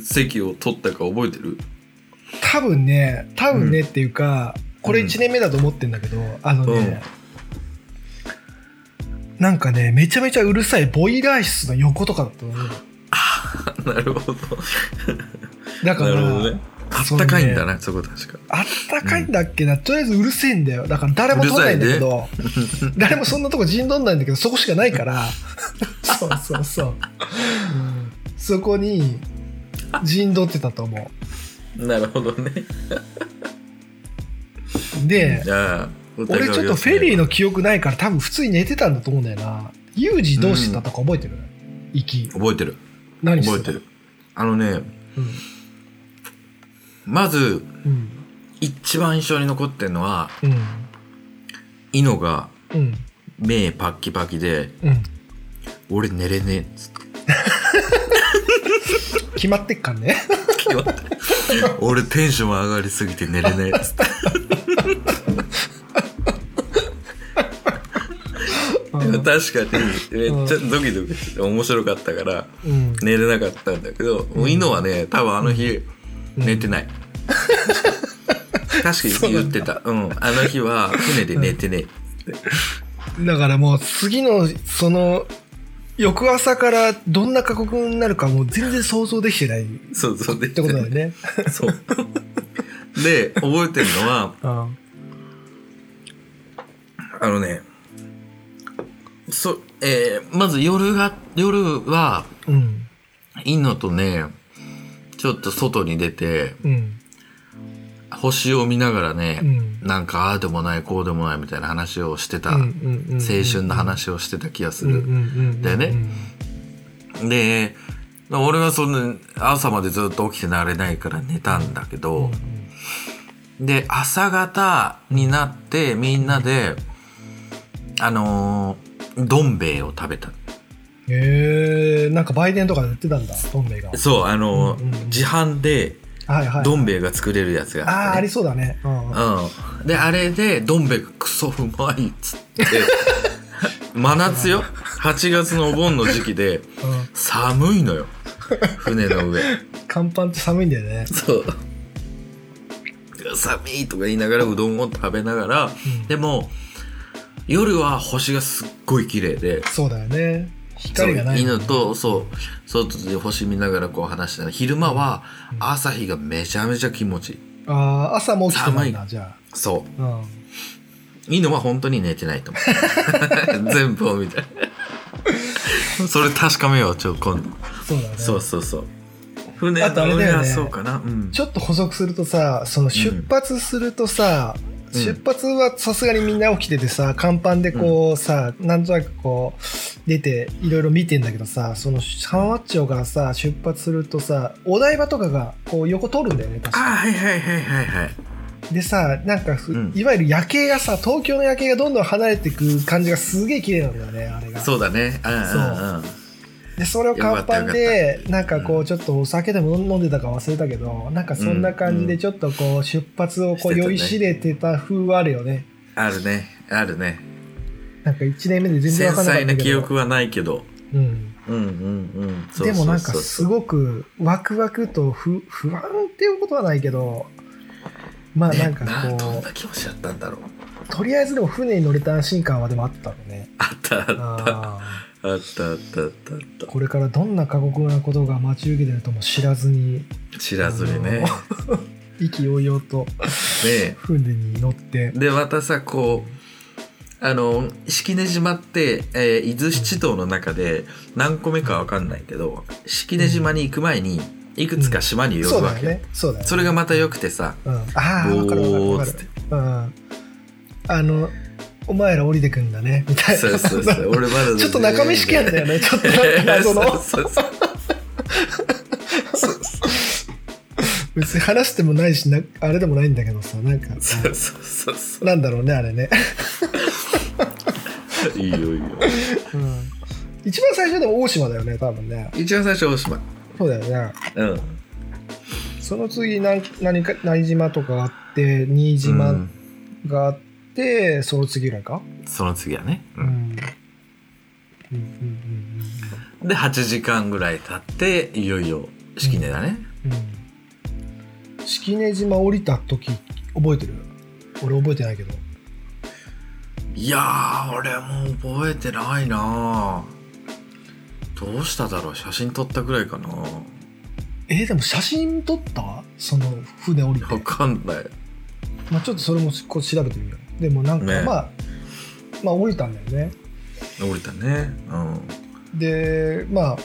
Speaker 2: 席を取ったか覚えてる
Speaker 1: 多分ね、多分ねっていうか、これ1年目だと思ってんだけど、あのね、なんかね、めちゃめちゃうるさいボイラー室の横とかだったのね。
Speaker 2: なるほど
Speaker 1: だか
Speaker 2: な
Speaker 1: ら、
Speaker 2: るほどねあったかいんだなそ,、こ確か
Speaker 1: あったかいんだっけな、とりあえずうるせえんだよ。だから誰も取らないんだけど、 誰もそんなとこ陣取んないんだけど、そこしかない から、そうそうそう。そこに陣取ってたと思
Speaker 2: なるほどね
Speaker 1: う。で、
Speaker 2: じゃあ
Speaker 1: 俺ちょっとフェリー
Speaker 2: の
Speaker 1: の記憶ないから、多分普通に寝てたんだと思うんだよな。ユージどうしてたとか覚えてる、行き。
Speaker 2: 覚えてる
Speaker 1: 何して
Speaker 2: 覚
Speaker 1: た
Speaker 2: えてるあのね
Speaker 1: うん
Speaker 2: まず
Speaker 1: うん。
Speaker 2: 一番印象に残ってるのは
Speaker 1: うん。
Speaker 2: イノが
Speaker 1: うん。
Speaker 2: 目パッキパキで
Speaker 1: うん。
Speaker 2: 「俺寝れねえ」っつって
Speaker 1: 決まってっからね。
Speaker 2: 言われて「 俺テンション上がりすぎて寝れねえ」っつって
Speaker 1: うん
Speaker 2: 確かにめっちゃドキドキして面白かったから
Speaker 1: うん。
Speaker 2: 寝れなかったんだけど、もうイノはね多分あの日
Speaker 1: うん
Speaker 2: 寝てない、確かに言ってたうんあの日は船で寝てねえ、
Speaker 1: だからもう次のその翌朝からどんな過酷になるかもう全然想像できてないっ
Speaker 2: そうそうで
Speaker 1: てことだよね。
Speaker 2: そう。で、覚えてるのは、
Speaker 1: あ
Speaker 2: あのね、そ、えーまず夜が、夜は、
Speaker 1: うん。
Speaker 2: インノとね、ちょっと外に出て、
Speaker 1: うん。
Speaker 2: 星を見ながらね
Speaker 1: う、ん。
Speaker 2: なんかああでもない、こうでもないみたいな話をしてた、
Speaker 1: うんう
Speaker 2: 青
Speaker 1: んうん
Speaker 2: 春の話をしてた気がす
Speaker 1: うんう
Speaker 2: る。
Speaker 1: んうん。
Speaker 2: だよねで、俺はその朝までずっと起きてられないから寝たんだけ
Speaker 1: うん。う
Speaker 2: ど
Speaker 1: ん、
Speaker 2: で、朝方になってみんなで、あのーどん兵衛を食べた。
Speaker 1: へえー、なんか売店とかで売ってたんだ、どん兵衛が。
Speaker 2: そう、あのー
Speaker 1: うんうんうん
Speaker 2: 自販で
Speaker 1: はいはい。
Speaker 2: どん兵衛が作れるやつが
Speaker 1: ああ、
Speaker 2: あ
Speaker 1: あ
Speaker 2: って
Speaker 1: り
Speaker 2: ね、
Speaker 1: そうだね。うんうん。
Speaker 2: うん。で、あれで、どん兵衛クソうまいっつって、 真夏よ。8月のお盆の時期で、
Speaker 1: うん
Speaker 2: 寒いのよ。船の上。
Speaker 1: 乾パンって寒いんだよね。
Speaker 2: そう。寒いとか言いながらうどんを食べながら、
Speaker 1: うん
Speaker 2: でも夜は星がすっごい綺麗で
Speaker 1: そうだよね。光がない。
Speaker 2: そう犬とそう外で星見ながらこう話してたら昼間は
Speaker 1: うん
Speaker 2: 朝日がめちゃめちゃ気持ちいい
Speaker 1: ああ、朝も起きてないな、じゃ
Speaker 2: そ
Speaker 1: あ。うん。
Speaker 2: う犬は本当に寝てないと思う 全部を見てそれ確かめようちょ今度
Speaker 1: そうだね。
Speaker 2: そうそうそう船
Speaker 1: あとあれ
Speaker 2: の
Speaker 1: だ
Speaker 2: 上
Speaker 1: よね
Speaker 2: はそうかなうん
Speaker 1: ちょっと補足するとさ、その出発するとさ、
Speaker 2: うん
Speaker 1: 出発はさすがにみんな起きててさ、甲板でこうさ、なんとなくこう、出ていろいろ見てんだけどさ、その浜松町がさ、出発するとさ、お台場とかがこう横通るんだよね、確
Speaker 2: あ
Speaker 1: か。
Speaker 2: はいはいはいはいはい
Speaker 1: でさ、なんかふ、
Speaker 2: うん
Speaker 1: いわゆる夜景がさ、東京の夜景がどんどん離れていく感じがすげえ綺麗なんだよね、あれが。
Speaker 2: そうだねうんうんうん
Speaker 1: でそれを甲板
Speaker 2: よ
Speaker 1: でなんかこうちょっとお酒でも飲んでたか忘れたけど、なんかそんな感じ
Speaker 2: う
Speaker 1: で
Speaker 2: ん
Speaker 1: ちょっとこう出発をこ
Speaker 2: してた
Speaker 1: う酔
Speaker 2: ね
Speaker 1: いしれてた風はあるよね
Speaker 2: あるねあるね
Speaker 1: なんか1年目で全然
Speaker 2: 繊
Speaker 1: わかんなか
Speaker 2: 細
Speaker 1: った
Speaker 2: な
Speaker 1: け
Speaker 2: 記
Speaker 1: ど
Speaker 2: 憶、はないけど
Speaker 1: うん、
Speaker 2: うんうんうんそう
Speaker 1: でもなんか
Speaker 2: そう
Speaker 1: す
Speaker 2: そう
Speaker 1: ごくワクワクと不不安っていうことはないけどまあ
Speaker 2: ね
Speaker 1: なんか
Speaker 2: などん
Speaker 1: こ
Speaker 2: な気持ちだったんだろう
Speaker 1: うとりあえずでも船に乗れた安心感はでもあったのね
Speaker 2: あったあった
Speaker 1: あ
Speaker 2: あったあったあったあっ
Speaker 1: これからどんな過酷なことが待ち受けてるとも知らずに
Speaker 2: た知らずにねね
Speaker 1: 意気揚々 と船に乗って
Speaker 2: えでまたさこうあの式根島って、えー伊豆七島の中で何個目かわかんないけど式根島に行く前にいくつか島に寄
Speaker 1: そう
Speaker 2: るわ
Speaker 1: だ
Speaker 2: け
Speaker 1: よ
Speaker 2: よ、
Speaker 1: ね。そうだよね。
Speaker 2: それがまた良くてさ
Speaker 1: うん、ああ、わかるわかるわかる。うん。あの、お前ら降りてくんだね、みたいな。
Speaker 2: そう そうそう俺まだ全然
Speaker 1: ちょっと中身試験だよね。ちょっとなんか 謎
Speaker 2: そう
Speaker 1: の、
Speaker 2: そうそう
Speaker 1: 別に話してもないしな、あれでもないんだけどさ、なんか、
Speaker 2: そうそうそうそ
Speaker 1: なんだろうね、あれね。
Speaker 2: ういいよいいよ
Speaker 1: うん。一番最初でも大島だよね、多分ね。
Speaker 2: 一番最初大島
Speaker 1: そうだよね。
Speaker 2: うん
Speaker 1: その次、なん何か、何島とかがあって、新
Speaker 2: う
Speaker 1: 島
Speaker 2: ん
Speaker 1: があって、その次ぐらいか。
Speaker 2: その次はね、
Speaker 1: うん。うんうんうん
Speaker 2: で8時間ぐらい経っていよいよ式根だね、
Speaker 1: うん式根島降りた時覚えてる俺覚えてないけど
Speaker 2: いやー俺もう覚えてないなどうしただろう写真撮ったぐらいかな
Speaker 1: えーでも写真撮ったその船降りて、
Speaker 2: わかんない
Speaker 1: まあ、ちょっとそれもこう調べてみようでもなんか、
Speaker 2: ね
Speaker 1: まあまあ降りたんだよね
Speaker 2: 降りたねうん
Speaker 1: でまあ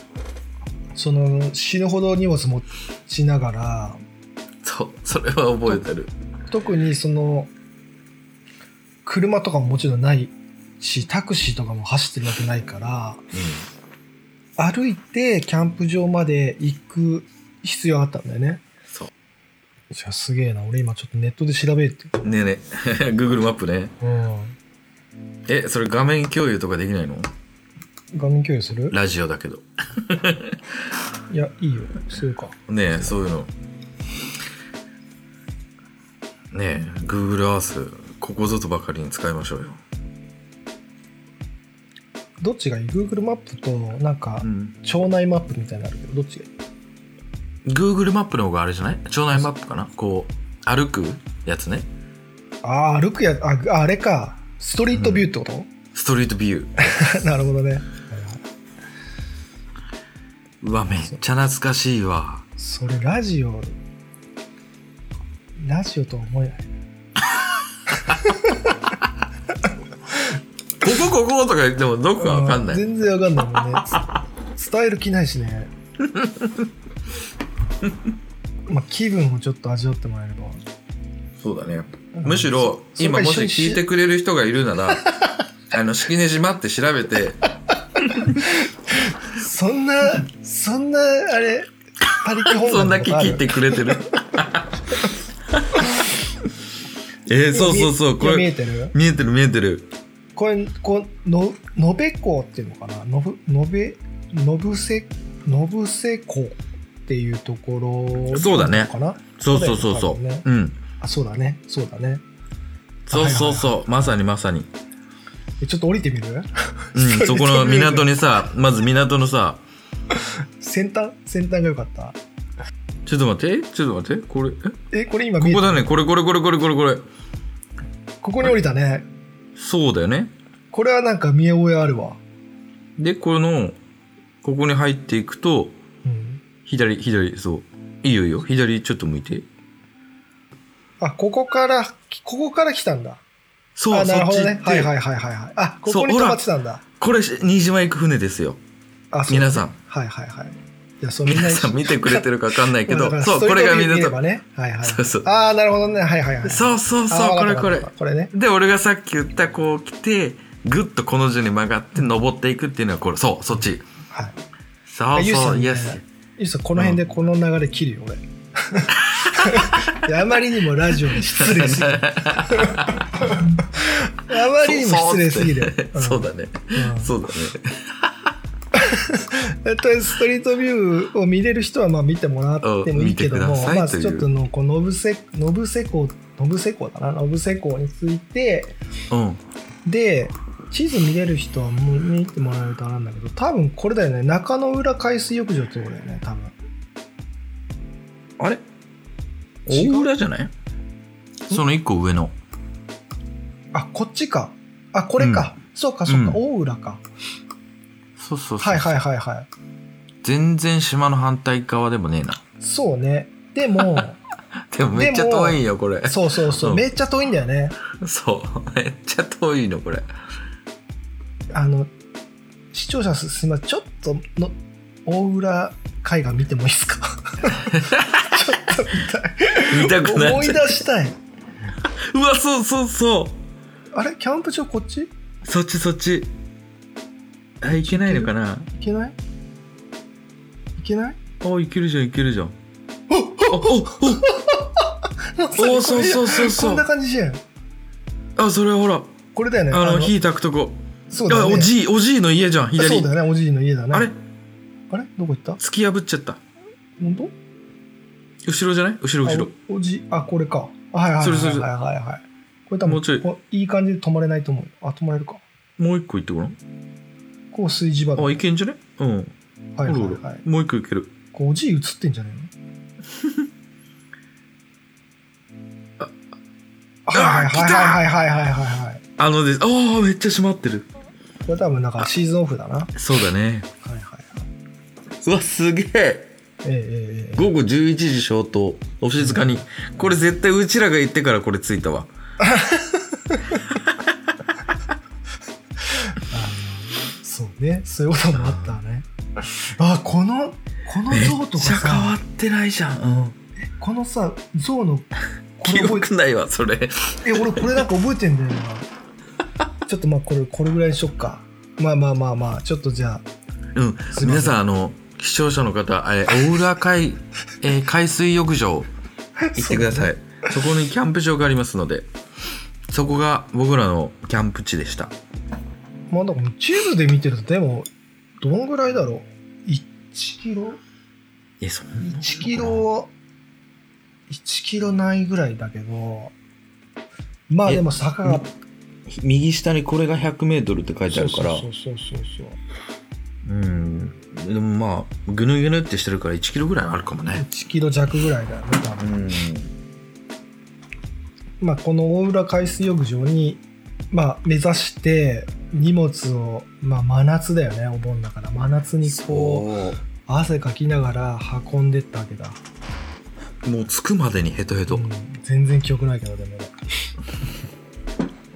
Speaker 1: その死ぬほど荷物持ちながら
Speaker 2: そうそれは覚えてる
Speaker 1: 特にその車とかももちろんないしタクシーとかも走ってるわけないから
Speaker 2: うん
Speaker 1: 歩いてキャンプ場まで行く必要があったんだよね
Speaker 2: そう
Speaker 1: じゃあすげえな俺今ちょっとネットで調べるって
Speaker 2: ねえねえ Google マップね
Speaker 1: うん
Speaker 2: えそれ画面共有とかできないの
Speaker 1: 画面共有する
Speaker 2: ラジオだけど
Speaker 1: いやいいよするか
Speaker 2: ねえそういうのねえ Google Earth ここぞとばかりに使いましょうよ、
Speaker 1: どっちがいい Google マップとなんか
Speaker 2: うん、
Speaker 1: 町内マップみたいになのあるけどどっちがいい
Speaker 2: Google マップの方があれじゃない町内マップかなこう歩くやつね
Speaker 1: ああ歩くやあああれかストリートビューってこと、
Speaker 2: ストリートビュー
Speaker 1: なるほどね
Speaker 2: うわ、めっちゃ懐かしいわ。
Speaker 1: それラジオラジオとは思えない
Speaker 2: こここことか言ってもどこかわかんな
Speaker 1: う
Speaker 2: い。
Speaker 1: 全然わかんない もんねつ伝える気ないしねまあ気分をちょっと味わってもらえれば
Speaker 2: そうだね。
Speaker 1: うん
Speaker 2: むしろ、
Speaker 1: そ
Speaker 2: 今も
Speaker 1: それ
Speaker 2: し
Speaker 1: から一緒に
Speaker 2: 聞いてくれる人がいる なら、あの、式根島って調べて、
Speaker 1: そんなそんなあれ他力本願
Speaker 2: そんだ
Speaker 1: な
Speaker 2: け
Speaker 1: ことある
Speaker 2: 聞いてくれてる。えー、そうそうそう、こ
Speaker 1: 今見え
Speaker 2: れ、
Speaker 1: てる
Speaker 2: 見えてる見えてる。
Speaker 1: これこうののべ港っていうのかなのぶのべのぶせのぶせ港っていうところ
Speaker 2: そうだね
Speaker 1: かな
Speaker 2: そうそうそうそ
Speaker 1: こ
Speaker 2: う。
Speaker 1: れ多分ね
Speaker 2: うん。
Speaker 1: あそうだねそうだね
Speaker 2: そうそうそう。まさにまさに。
Speaker 1: えちょっと降りてみる
Speaker 2: うん、そこの港にさ、まず港のさ、
Speaker 1: 先端先端が良かった
Speaker 2: ちょっと待って、ちょっと待って、これ、え
Speaker 1: えこれ今見
Speaker 2: こ
Speaker 1: えて
Speaker 2: こ
Speaker 1: る
Speaker 2: だね、これこれこれこれこれこれ。
Speaker 1: ここに降りたね
Speaker 2: そうだよね。
Speaker 1: これはなんか見覚えあるわ
Speaker 2: で、この、ここに入っていくと、
Speaker 1: うん
Speaker 2: 左、左、そう。いいよいいよ、左ちょっと向いて。
Speaker 1: あここからここから来たんだ
Speaker 2: そう、
Speaker 1: あ
Speaker 2: そ
Speaker 1: なる
Speaker 2: っ
Speaker 1: ほ
Speaker 2: ち
Speaker 1: ど
Speaker 2: 行
Speaker 1: ね
Speaker 2: って、
Speaker 1: はいはいはいはいはいあここに止
Speaker 2: そうほら
Speaker 1: まってたんだ
Speaker 2: これ、新島行く船ですよ。
Speaker 1: あそう
Speaker 2: 皆さん、
Speaker 1: はいはいはいいやそうみんな
Speaker 2: 皆
Speaker 1: 一
Speaker 2: さ
Speaker 1: 緒
Speaker 2: ん見てくれてるか分かんないけ
Speaker 1: だか
Speaker 2: ど、
Speaker 1: ら
Speaker 2: そ
Speaker 1: スト
Speaker 2: う、
Speaker 1: リー
Speaker 2: こ
Speaker 1: ト
Speaker 2: れが
Speaker 1: ビュー見れ
Speaker 2: 港
Speaker 1: ば。ね。はいはい。
Speaker 2: そうそう
Speaker 1: ああ、なるほどね。はいはいはい。
Speaker 2: そうそう
Speaker 1: あー
Speaker 2: そう、こ
Speaker 1: わかっ
Speaker 2: れ
Speaker 1: た
Speaker 2: こ
Speaker 1: わ
Speaker 2: れ
Speaker 1: かっ。たこれね。
Speaker 2: で、俺がさっき言った、こう来て、ぐっとこの字に曲がって登っていくっていうのはこれ、そう、そっち。
Speaker 1: はい。
Speaker 2: そう
Speaker 1: ゆうさ
Speaker 2: そう、
Speaker 1: ん
Speaker 2: イ
Speaker 1: ね
Speaker 2: エス。
Speaker 1: ゆうさん、この辺でこの流れ切るよ、俺。 いやあまりにもラジオに失礼すぎ る。あまりにも失礼すぎる。ん
Speaker 2: そうそうっつってそうだね。
Speaker 1: うん
Speaker 2: そうだね。
Speaker 1: えっと、ストリートビューを見れる人はまあ見てもらってもいいけど
Speaker 2: うん
Speaker 1: も、
Speaker 2: 見てください
Speaker 1: まあ、
Speaker 2: という
Speaker 1: ちょっとのこうのぶせのぶせ港のぶせ港だなのぶせ港について
Speaker 2: うん。
Speaker 1: で地図見れる人はもう見てもらえるとあれなんだけど多分これだよね中野浦海水浴場ってとこだよね多分
Speaker 2: あれ
Speaker 1: 違う
Speaker 2: 大浦じゃないその一個上の。
Speaker 1: あこっちかあこれか、そうかそうか、
Speaker 2: うん
Speaker 1: 大浦か
Speaker 2: そうそうそう。
Speaker 1: はいはいはいはい
Speaker 2: 全然島の反対側でもねえな。
Speaker 1: そうねでも
Speaker 2: でもめっちゃ
Speaker 1: でも
Speaker 2: 遠いよ、これ。
Speaker 1: そうそうそう、
Speaker 2: うん
Speaker 1: めっちゃ遠いんだよね
Speaker 2: そう。 めっちゃ遠いの、これ。
Speaker 1: あの視聴者すすみませんちょっとの大浦海岸見てもいいですか ちょっと
Speaker 2: 見たく
Speaker 1: 見たい
Speaker 2: な
Speaker 1: 思
Speaker 2: っ
Speaker 1: い
Speaker 2: ち
Speaker 1: 出
Speaker 2: ゃう。
Speaker 1: したいう
Speaker 2: わ、そうそうそ。
Speaker 1: あれキャンプ場こっちいう
Speaker 2: そっちそっち。あ、いけないのかな
Speaker 1: けないいけない
Speaker 2: あ、いけるじゃん、いけるじゃん。おお
Speaker 1: お
Speaker 2: おおそうそうそう
Speaker 1: こ
Speaker 2: そ
Speaker 1: んな
Speaker 2: う。
Speaker 1: 感じじゃん
Speaker 2: あ、それほら、
Speaker 1: これだよね。
Speaker 2: あの、火焚くとこ。
Speaker 1: そうだ
Speaker 2: あ、
Speaker 1: よね。
Speaker 2: おじい、おじいの家じゃん、
Speaker 1: そ
Speaker 2: 左
Speaker 1: う。だよね。おじいの家だね。
Speaker 2: あれ
Speaker 1: あれどこ行った
Speaker 2: 突き破っちゃった。
Speaker 1: 本当
Speaker 2: 後ろじゃない後ろ後ろ
Speaker 1: あ。おおじい、あ、これか。あはいはいはい
Speaker 2: それそ
Speaker 1: はい
Speaker 2: れそれ
Speaker 1: はいはい。これ多分、
Speaker 2: もうちょい
Speaker 1: こういい感じで止まれないと思うよ。あ、止まれるか。
Speaker 2: もう一個行ってごらん。
Speaker 1: こう炊事場だ。
Speaker 2: あ、
Speaker 1: はい
Speaker 2: いけんじゃねうん。
Speaker 1: はい
Speaker 2: おるお
Speaker 1: は
Speaker 2: る
Speaker 1: い。
Speaker 2: もう一個いける。
Speaker 1: こうおじい映ってんじゃねえの
Speaker 2: あ
Speaker 1: はいはい
Speaker 2: 来た
Speaker 1: はいはいはいはいはいはい。
Speaker 2: あのです。ああ、めっちゃ閉まってる。
Speaker 1: これ多分なんかシーズンオフだな。はい
Speaker 2: そうだね。
Speaker 1: はいはい。
Speaker 2: うわ、すげえ。
Speaker 1: ええええええ。
Speaker 2: 午後11時消灯。お静かに。これ絶対うちらが行ってからこれ着いたわ。
Speaker 1: そうね。そういうこともあったわ ね。あ、この、この像とか
Speaker 2: めっちゃ変わ
Speaker 1: さ
Speaker 2: っ、てないじゃん。うん
Speaker 1: このさ、像の、こ
Speaker 2: 記
Speaker 1: れ覚えて
Speaker 2: 憶ないわ、それ。
Speaker 1: え俺これなんか覚えてんだよなちょっとまあこれこれぐらいにしよっかまあまあまあまあちょっとじゃ
Speaker 2: うん
Speaker 1: せ。ん
Speaker 2: 皆さん、あの、視聴者の方、えー、大浦 海、えー海水浴場、行ってください。そこにキャンプ場がありますので、そこが僕らのキャンプ地でした。
Speaker 1: あまあなんか地図で見てるとでもどんぐらいだろう1キロ
Speaker 2: え、そんな
Speaker 1: 1キロ1キロないぐらいだけどまあ
Speaker 2: え
Speaker 1: でも坂が
Speaker 2: 右下にこれが 100m って書いてあるから
Speaker 1: そうそうそうそう
Speaker 2: うんでもまあぐぬぐぬってしてるから1キロぐらいあるかもね
Speaker 1: 1キロ弱ぐらいだよね多
Speaker 2: う
Speaker 1: 分
Speaker 2: ん
Speaker 1: まあこの大浦海水浴場にまあ目指して荷物をまあ真夏だよねお盆だから真夏にこう
Speaker 2: こう
Speaker 1: 汗かきながら運んでったわけだ、
Speaker 2: もう着くまでにヘトヘト、
Speaker 1: うん全然記憶ないけどでも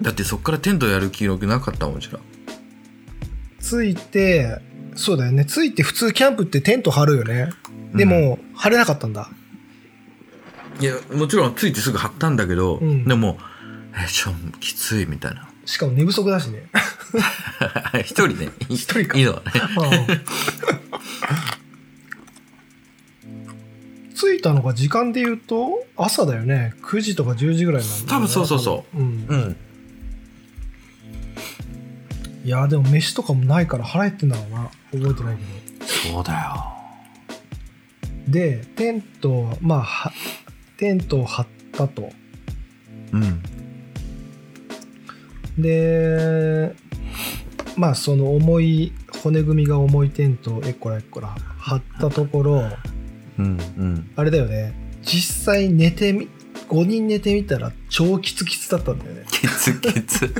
Speaker 2: だってそっからテントやる記録なかったもんうちら
Speaker 1: ついてそうだよねついて普通キャンプってテント張るよねでも、張れなかったんだ
Speaker 2: いやもちろん着いてすぐ張ったんだけど、
Speaker 1: うん
Speaker 2: でもえちょきついみたいな
Speaker 1: しかも寝不足だしね
Speaker 2: 一人ね一
Speaker 1: 人か
Speaker 2: いいのはね
Speaker 1: うん着いたのが時間で言うと朝だよね9時とか10時ぐらいなんだよね、、
Speaker 2: 多分そうそうそう
Speaker 1: うん、
Speaker 2: うん
Speaker 1: いやでも飯とかもないから腹減ってんだろうな覚えてないけど
Speaker 2: そうだよ
Speaker 1: でテントをまあはテントを張ったと
Speaker 2: うん
Speaker 1: でまあその重い骨組みが重いテントをえっこらえっこら張ったところ
Speaker 2: うんうん
Speaker 1: あれだよね実際寝てみ5人寝てみたら超キツキツだったんだよね
Speaker 2: きつきつ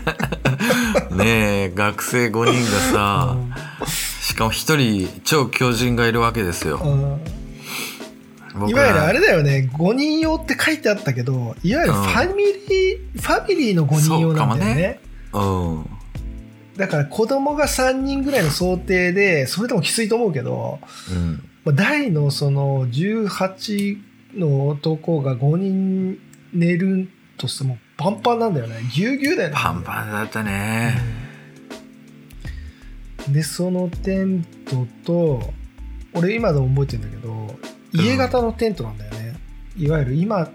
Speaker 2: ねえ学生5人がさ、
Speaker 1: うん
Speaker 2: しかも一人超強人がいるわけですよ
Speaker 1: うんい
Speaker 2: 僕ら
Speaker 1: わゆるあれだよね5人用って書いてあったけどいわゆるファミリー、ファミリーの5人用なんだよ
Speaker 2: そうかも
Speaker 1: ね
Speaker 2: うん
Speaker 1: だから子供が3人ぐらいの想定でそれでもきついと思うけど、
Speaker 2: うん
Speaker 1: まあ、大のその18の男が5人寝るとしてもパンパンなんだよねぎゅうぎゅうだよね
Speaker 2: パンパンだったね
Speaker 1: うんでそのテントと俺今でも覚えてるんだけど家型のテントなんだよね、いわゆる今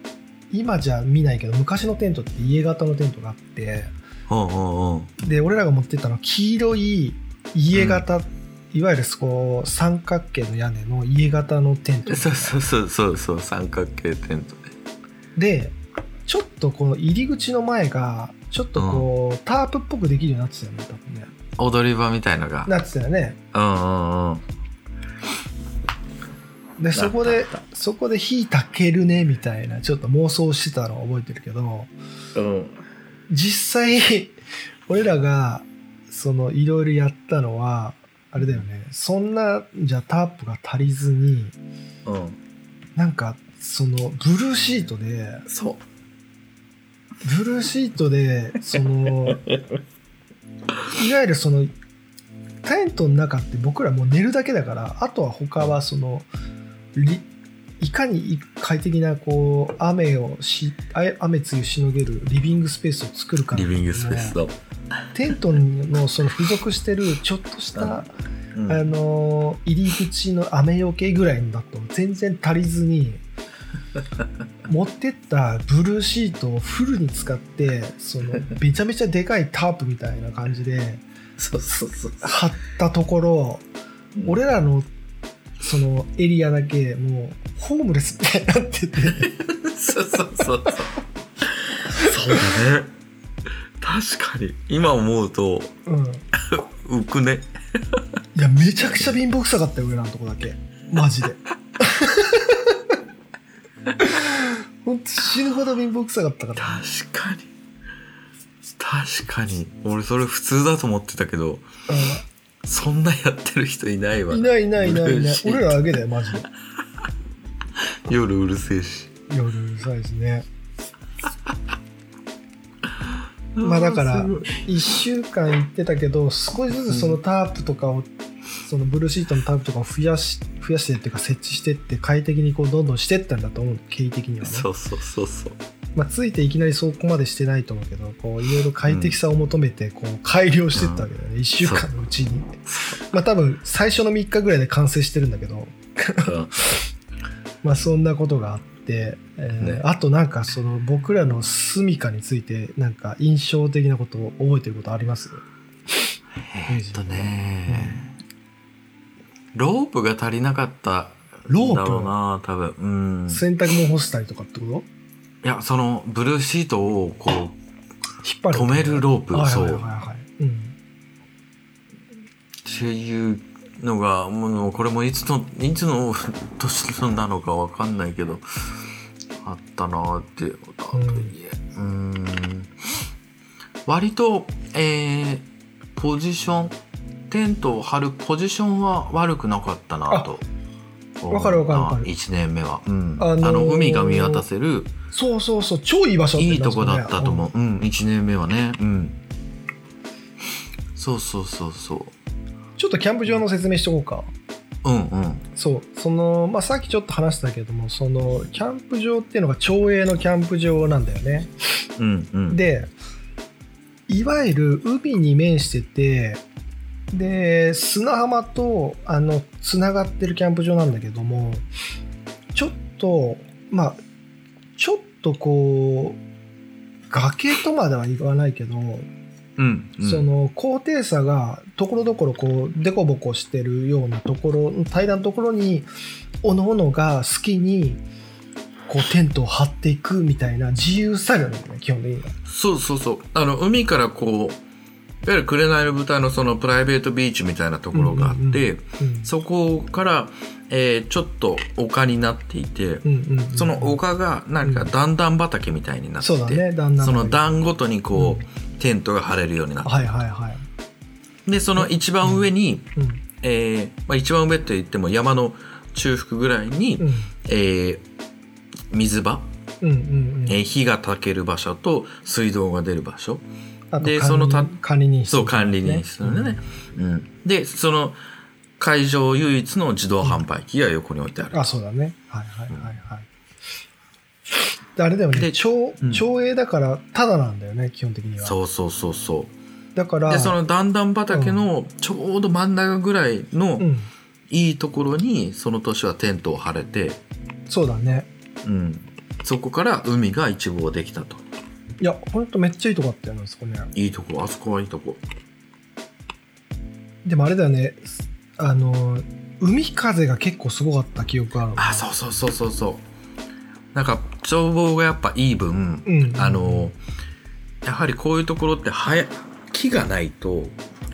Speaker 1: 今じゃ見ないけど昔のテントって家型のテントがあって
Speaker 2: うんうんうん
Speaker 1: で俺らが持ってったのは黄色い家型、いわゆるそこ三角形の屋根の家型のテント
Speaker 2: そうそうそうそうそう三角形テントね
Speaker 1: でちょっとこの入り口の前がちょっとこう、タープっぽくできるようになってたよね多分ね
Speaker 2: 踊り場みたいのが
Speaker 1: なってたよね
Speaker 2: うんうんうん
Speaker 1: でそこ
Speaker 2: あっ
Speaker 1: で
Speaker 2: たあっ
Speaker 1: そこで火炊けるねみたいなちょっと妄想してたのを覚えてるけど
Speaker 2: うん
Speaker 1: 実際 俺らがそのいろいろやったのはあれだよねそんなじゃタープが足りずに
Speaker 2: うん
Speaker 1: なんかそのブルーシートで
Speaker 2: そう
Speaker 1: ブルーシートでそ のいわゆるそのテントの中って僕らもう寝るだけだからあとは他はそのりいかに快適なこう雨をしあ雨露しのげるリビングスペースを作るか
Speaker 2: リビングスペース
Speaker 1: ね
Speaker 2: だ
Speaker 1: テントのその付属してるちょっとした、
Speaker 2: うん
Speaker 1: あの入り口の雨よけぐらいのだと全然足りず に持ってったブルーシートをフルに使ってそのめちゃめちゃでかいタープみたいな感じで
Speaker 2: そうそうそう
Speaker 1: 貼ったところ俺らのそのエリアだけもうホームレスみたいになっ てて
Speaker 2: そうそうそうそう。そうだね。確かに。今思うと、
Speaker 1: うん
Speaker 2: 浮くね。
Speaker 1: いやめちゃくちゃ貧乏くさかったよ俺らのとこだけマ ジでほんと死ぬほど貧乏くさかったから
Speaker 2: 確かに。確かに。俺それ普通だと思ってたけど、
Speaker 1: うん
Speaker 2: そんなやってる人いないわ。
Speaker 1: いないいないいないいない
Speaker 2: 嬉しい
Speaker 1: 俺らだけだよマジで
Speaker 2: 夜うるせえし。
Speaker 1: 夜うるさいですねまあだから
Speaker 2: うんすごい
Speaker 1: 1週間行ってたけど少しずつそのタープとかを、そのブルーシートのタープとかを増やし増やしてっていうか設置してって快適にこうどんどんしてったんだと思う経緯的にはね、
Speaker 2: そうそうそ うそう。
Speaker 1: まあ、ついていきなりそこまでしてないと思うけどこういろいろ快適さを求めてこう改良してったわけだよね1週間のうちにまあ多分最初の3日ぐらいで完成してるんだけど
Speaker 2: うん
Speaker 1: まあそんなことがあって、えー
Speaker 2: ね
Speaker 1: あとなんかその僕らの住みかについてなんか印象的なことを覚えてることあります
Speaker 2: えーっとね、ロープが足りなかった。
Speaker 1: ロープ
Speaker 2: だろうな、多分。うん。
Speaker 1: 洗濯物干したりとかってこと
Speaker 2: いや、その、ブルーシートを、こう、
Speaker 1: 引っ張る
Speaker 2: 止めるロープ
Speaker 1: はいはい
Speaker 2: そ
Speaker 1: はいうはいはいうん
Speaker 2: っていうのがもうこれもいつのいつの年なのかわかんないけどあったなーっていうことあと
Speaker 1: うん
Speaker 2: いえうーん割とえーポジションテントを張るポジションは悪くなかったなと
Speaker 1: わかるわかるわかる
Speaker 2: 1年目は、うん
Speaker 1: あのー
Speaker 2: あの海が見渡せる
Speaker 1: そうそうそう、超いい場所って
Speaker 2: いい
Speaker 1: 言
Speaker 2: と
Speaker 1: ってま
Speaker 2: こ
Speaker 1: したね
Speaker 2: だったと思う、うん、1年目はねうんそうそうそうそう
Speaker 1: うんちょっとキャンプ場の説明しとこうか。
Speaker 2: うんうん
Speaker 1: そう、その、まあ、さっきちょっと話したけども、その、キャンプ場っていうのが町営のキャンプ場なんだよね。
Speaker 2: うんうん
Speaker 1: で、いわゆる海に面してて、で、砂浜と、あの、つながってるキャンプ場なんだけども、ちょっと、まあ、ちょっとこう、崖とまではいかないけど、
Speaker 2: うんうん
Speaker 1: その高低差がところどころこうデコボコしてるようなところ平らなところにおのおのが好きにこうテントを張っていくみたいな自由作業なんだよね基本的には
Speaker 2: そうそうそうあの海からこういわゆる紅の豚のそのプライベートビーチみたいなところがあって、
Speaker 1: うん
Speaker 2: そこから、えーちょっと丘になっていて、
Speaker 1: うんうんうん
Speaker 2: その丘が何か段々畑みたいになって
Speaker 1: そう
Speaker 2: て、
Speaker 1: だねだんだん
Speaker 2: その段ごとにこう、テントが張れるようになって、
Speaker 1: はいはいはい
Speaker 2: でその一番上に、
Speaker 1: うん
Speaker 2: えーまあ、一番上といっても山の中腹ぐらいに、
Speaker 1: うん
Speaker 2: えー水場、
Speaker 1: うんうんうん
Speaker 2: えー火が焚ける場所と水道が出る場所
Speaker 1: あと
Speaker 2: で
Speaker 1: 管理
Speaker 2: そのた
Speaker 1: 管理人室
Speaker 2: そう管理人室のね、うん、でその会場唯一の自動販売機が横に置いてある
Speaker 1: あ、そうだね。はいはいはいはい。であれだよね。
Speaker 2: で
Speaker 1: 町
Speaker 2: うん
Speaker 1: 町営だから、ただなんだよね、基本的には。
Speaker 2: そうそうそうそう
Speaker 1: だから、
Speaker 2: でその段々畑のちょうど真ん中ぐらいの
Speaker 1: うん、
Speaker 2: いいところにその年はテントを張れて、
Speaker 1: そうだね。
Speaker 2: うん、そこから海が一望できたと
Speaker 1: いや、ほんとめっちゃいいとこあったよね、そこね。
Speaker 2: いいとこあそこはいいとこ
Speaker 1: でもあれだよね、あの、海風が結構すごかった記憶がある
Speaker 2: あそうそうそうそうそうなんか眺望がやっぱいい分、
Speaker 1: うん。
Speaker 2: あのやはりこういうところってはや木がないと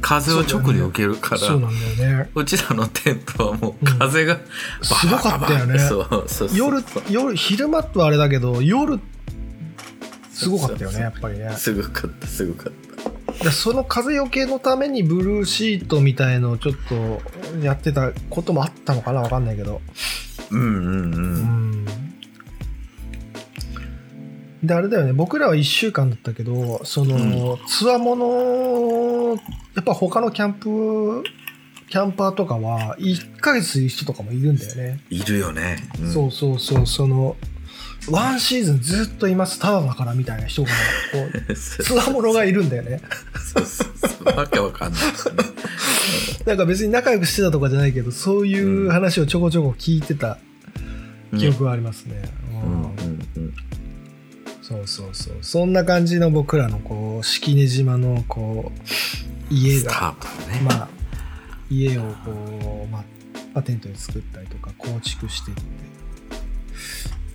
Speaker 2: 風を直に受けるから
Speaker 1: そうなんだよね。
Speaker 2: うちらのテントはもう
Speaker 1: うん
Speaker 2: 風が、
Speaker 1: すごかったよね
Speaker 2: バーバーバーそうそうそう
Speaker 1: 夜、夜、昼間とあれだけど、夜、すごかったよね、やっぱりね。
Speaker 2: すごかったすごかった
Speaker 1: でその風よけのためにブルーシートみたいのをちょっとやってたこともあったのかなわかんないけど
Speaker 2: うんうんう
Speaker 1: うんんであれだよね僕らは1週間だったけどそのつわものやっぱ他のキャンプキャンパーとかは1ヶ月いる人とかもいるんだよね、
Speaker 2: いるよね、うん
Speaker 1: そうそうそうそのワンシーズンずっといますただだからみたいな人がこう つわものがいるんだよね
Speaker 2: そうそうそうわけわかんないですね、
Speaker 1: なんか別に仲良くしてたとかじゃないけど、そういう話をちょこちょこ聞いてた
Speaker 2: うん
Speaker 1: 記憶がありますね。
Speaker 2: う
Speaker 1: うん
Speaker 2: んうんうん
Speaker 1: そうそうそう。そんな感じの僕らのこう、式根島のこう、家
Speaker 2: スタ
Speaker 1: が、
Speaker 2: ートだね、
Speaker 1: まあ、家をこう、まあ、まあテントで作ったりとか構築してっ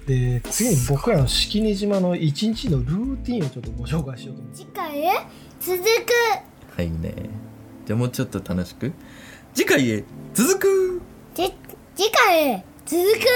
Speaker 1: て。で、次に僕らの式根島の一日のルーティンをちょっとご紹介しようと思います。
Speaker 3: 次回へ続く
Speaker 2: はいねじゃあもうちょっと 楽しく次回へ続く
Speaker 3: じ次回へ続く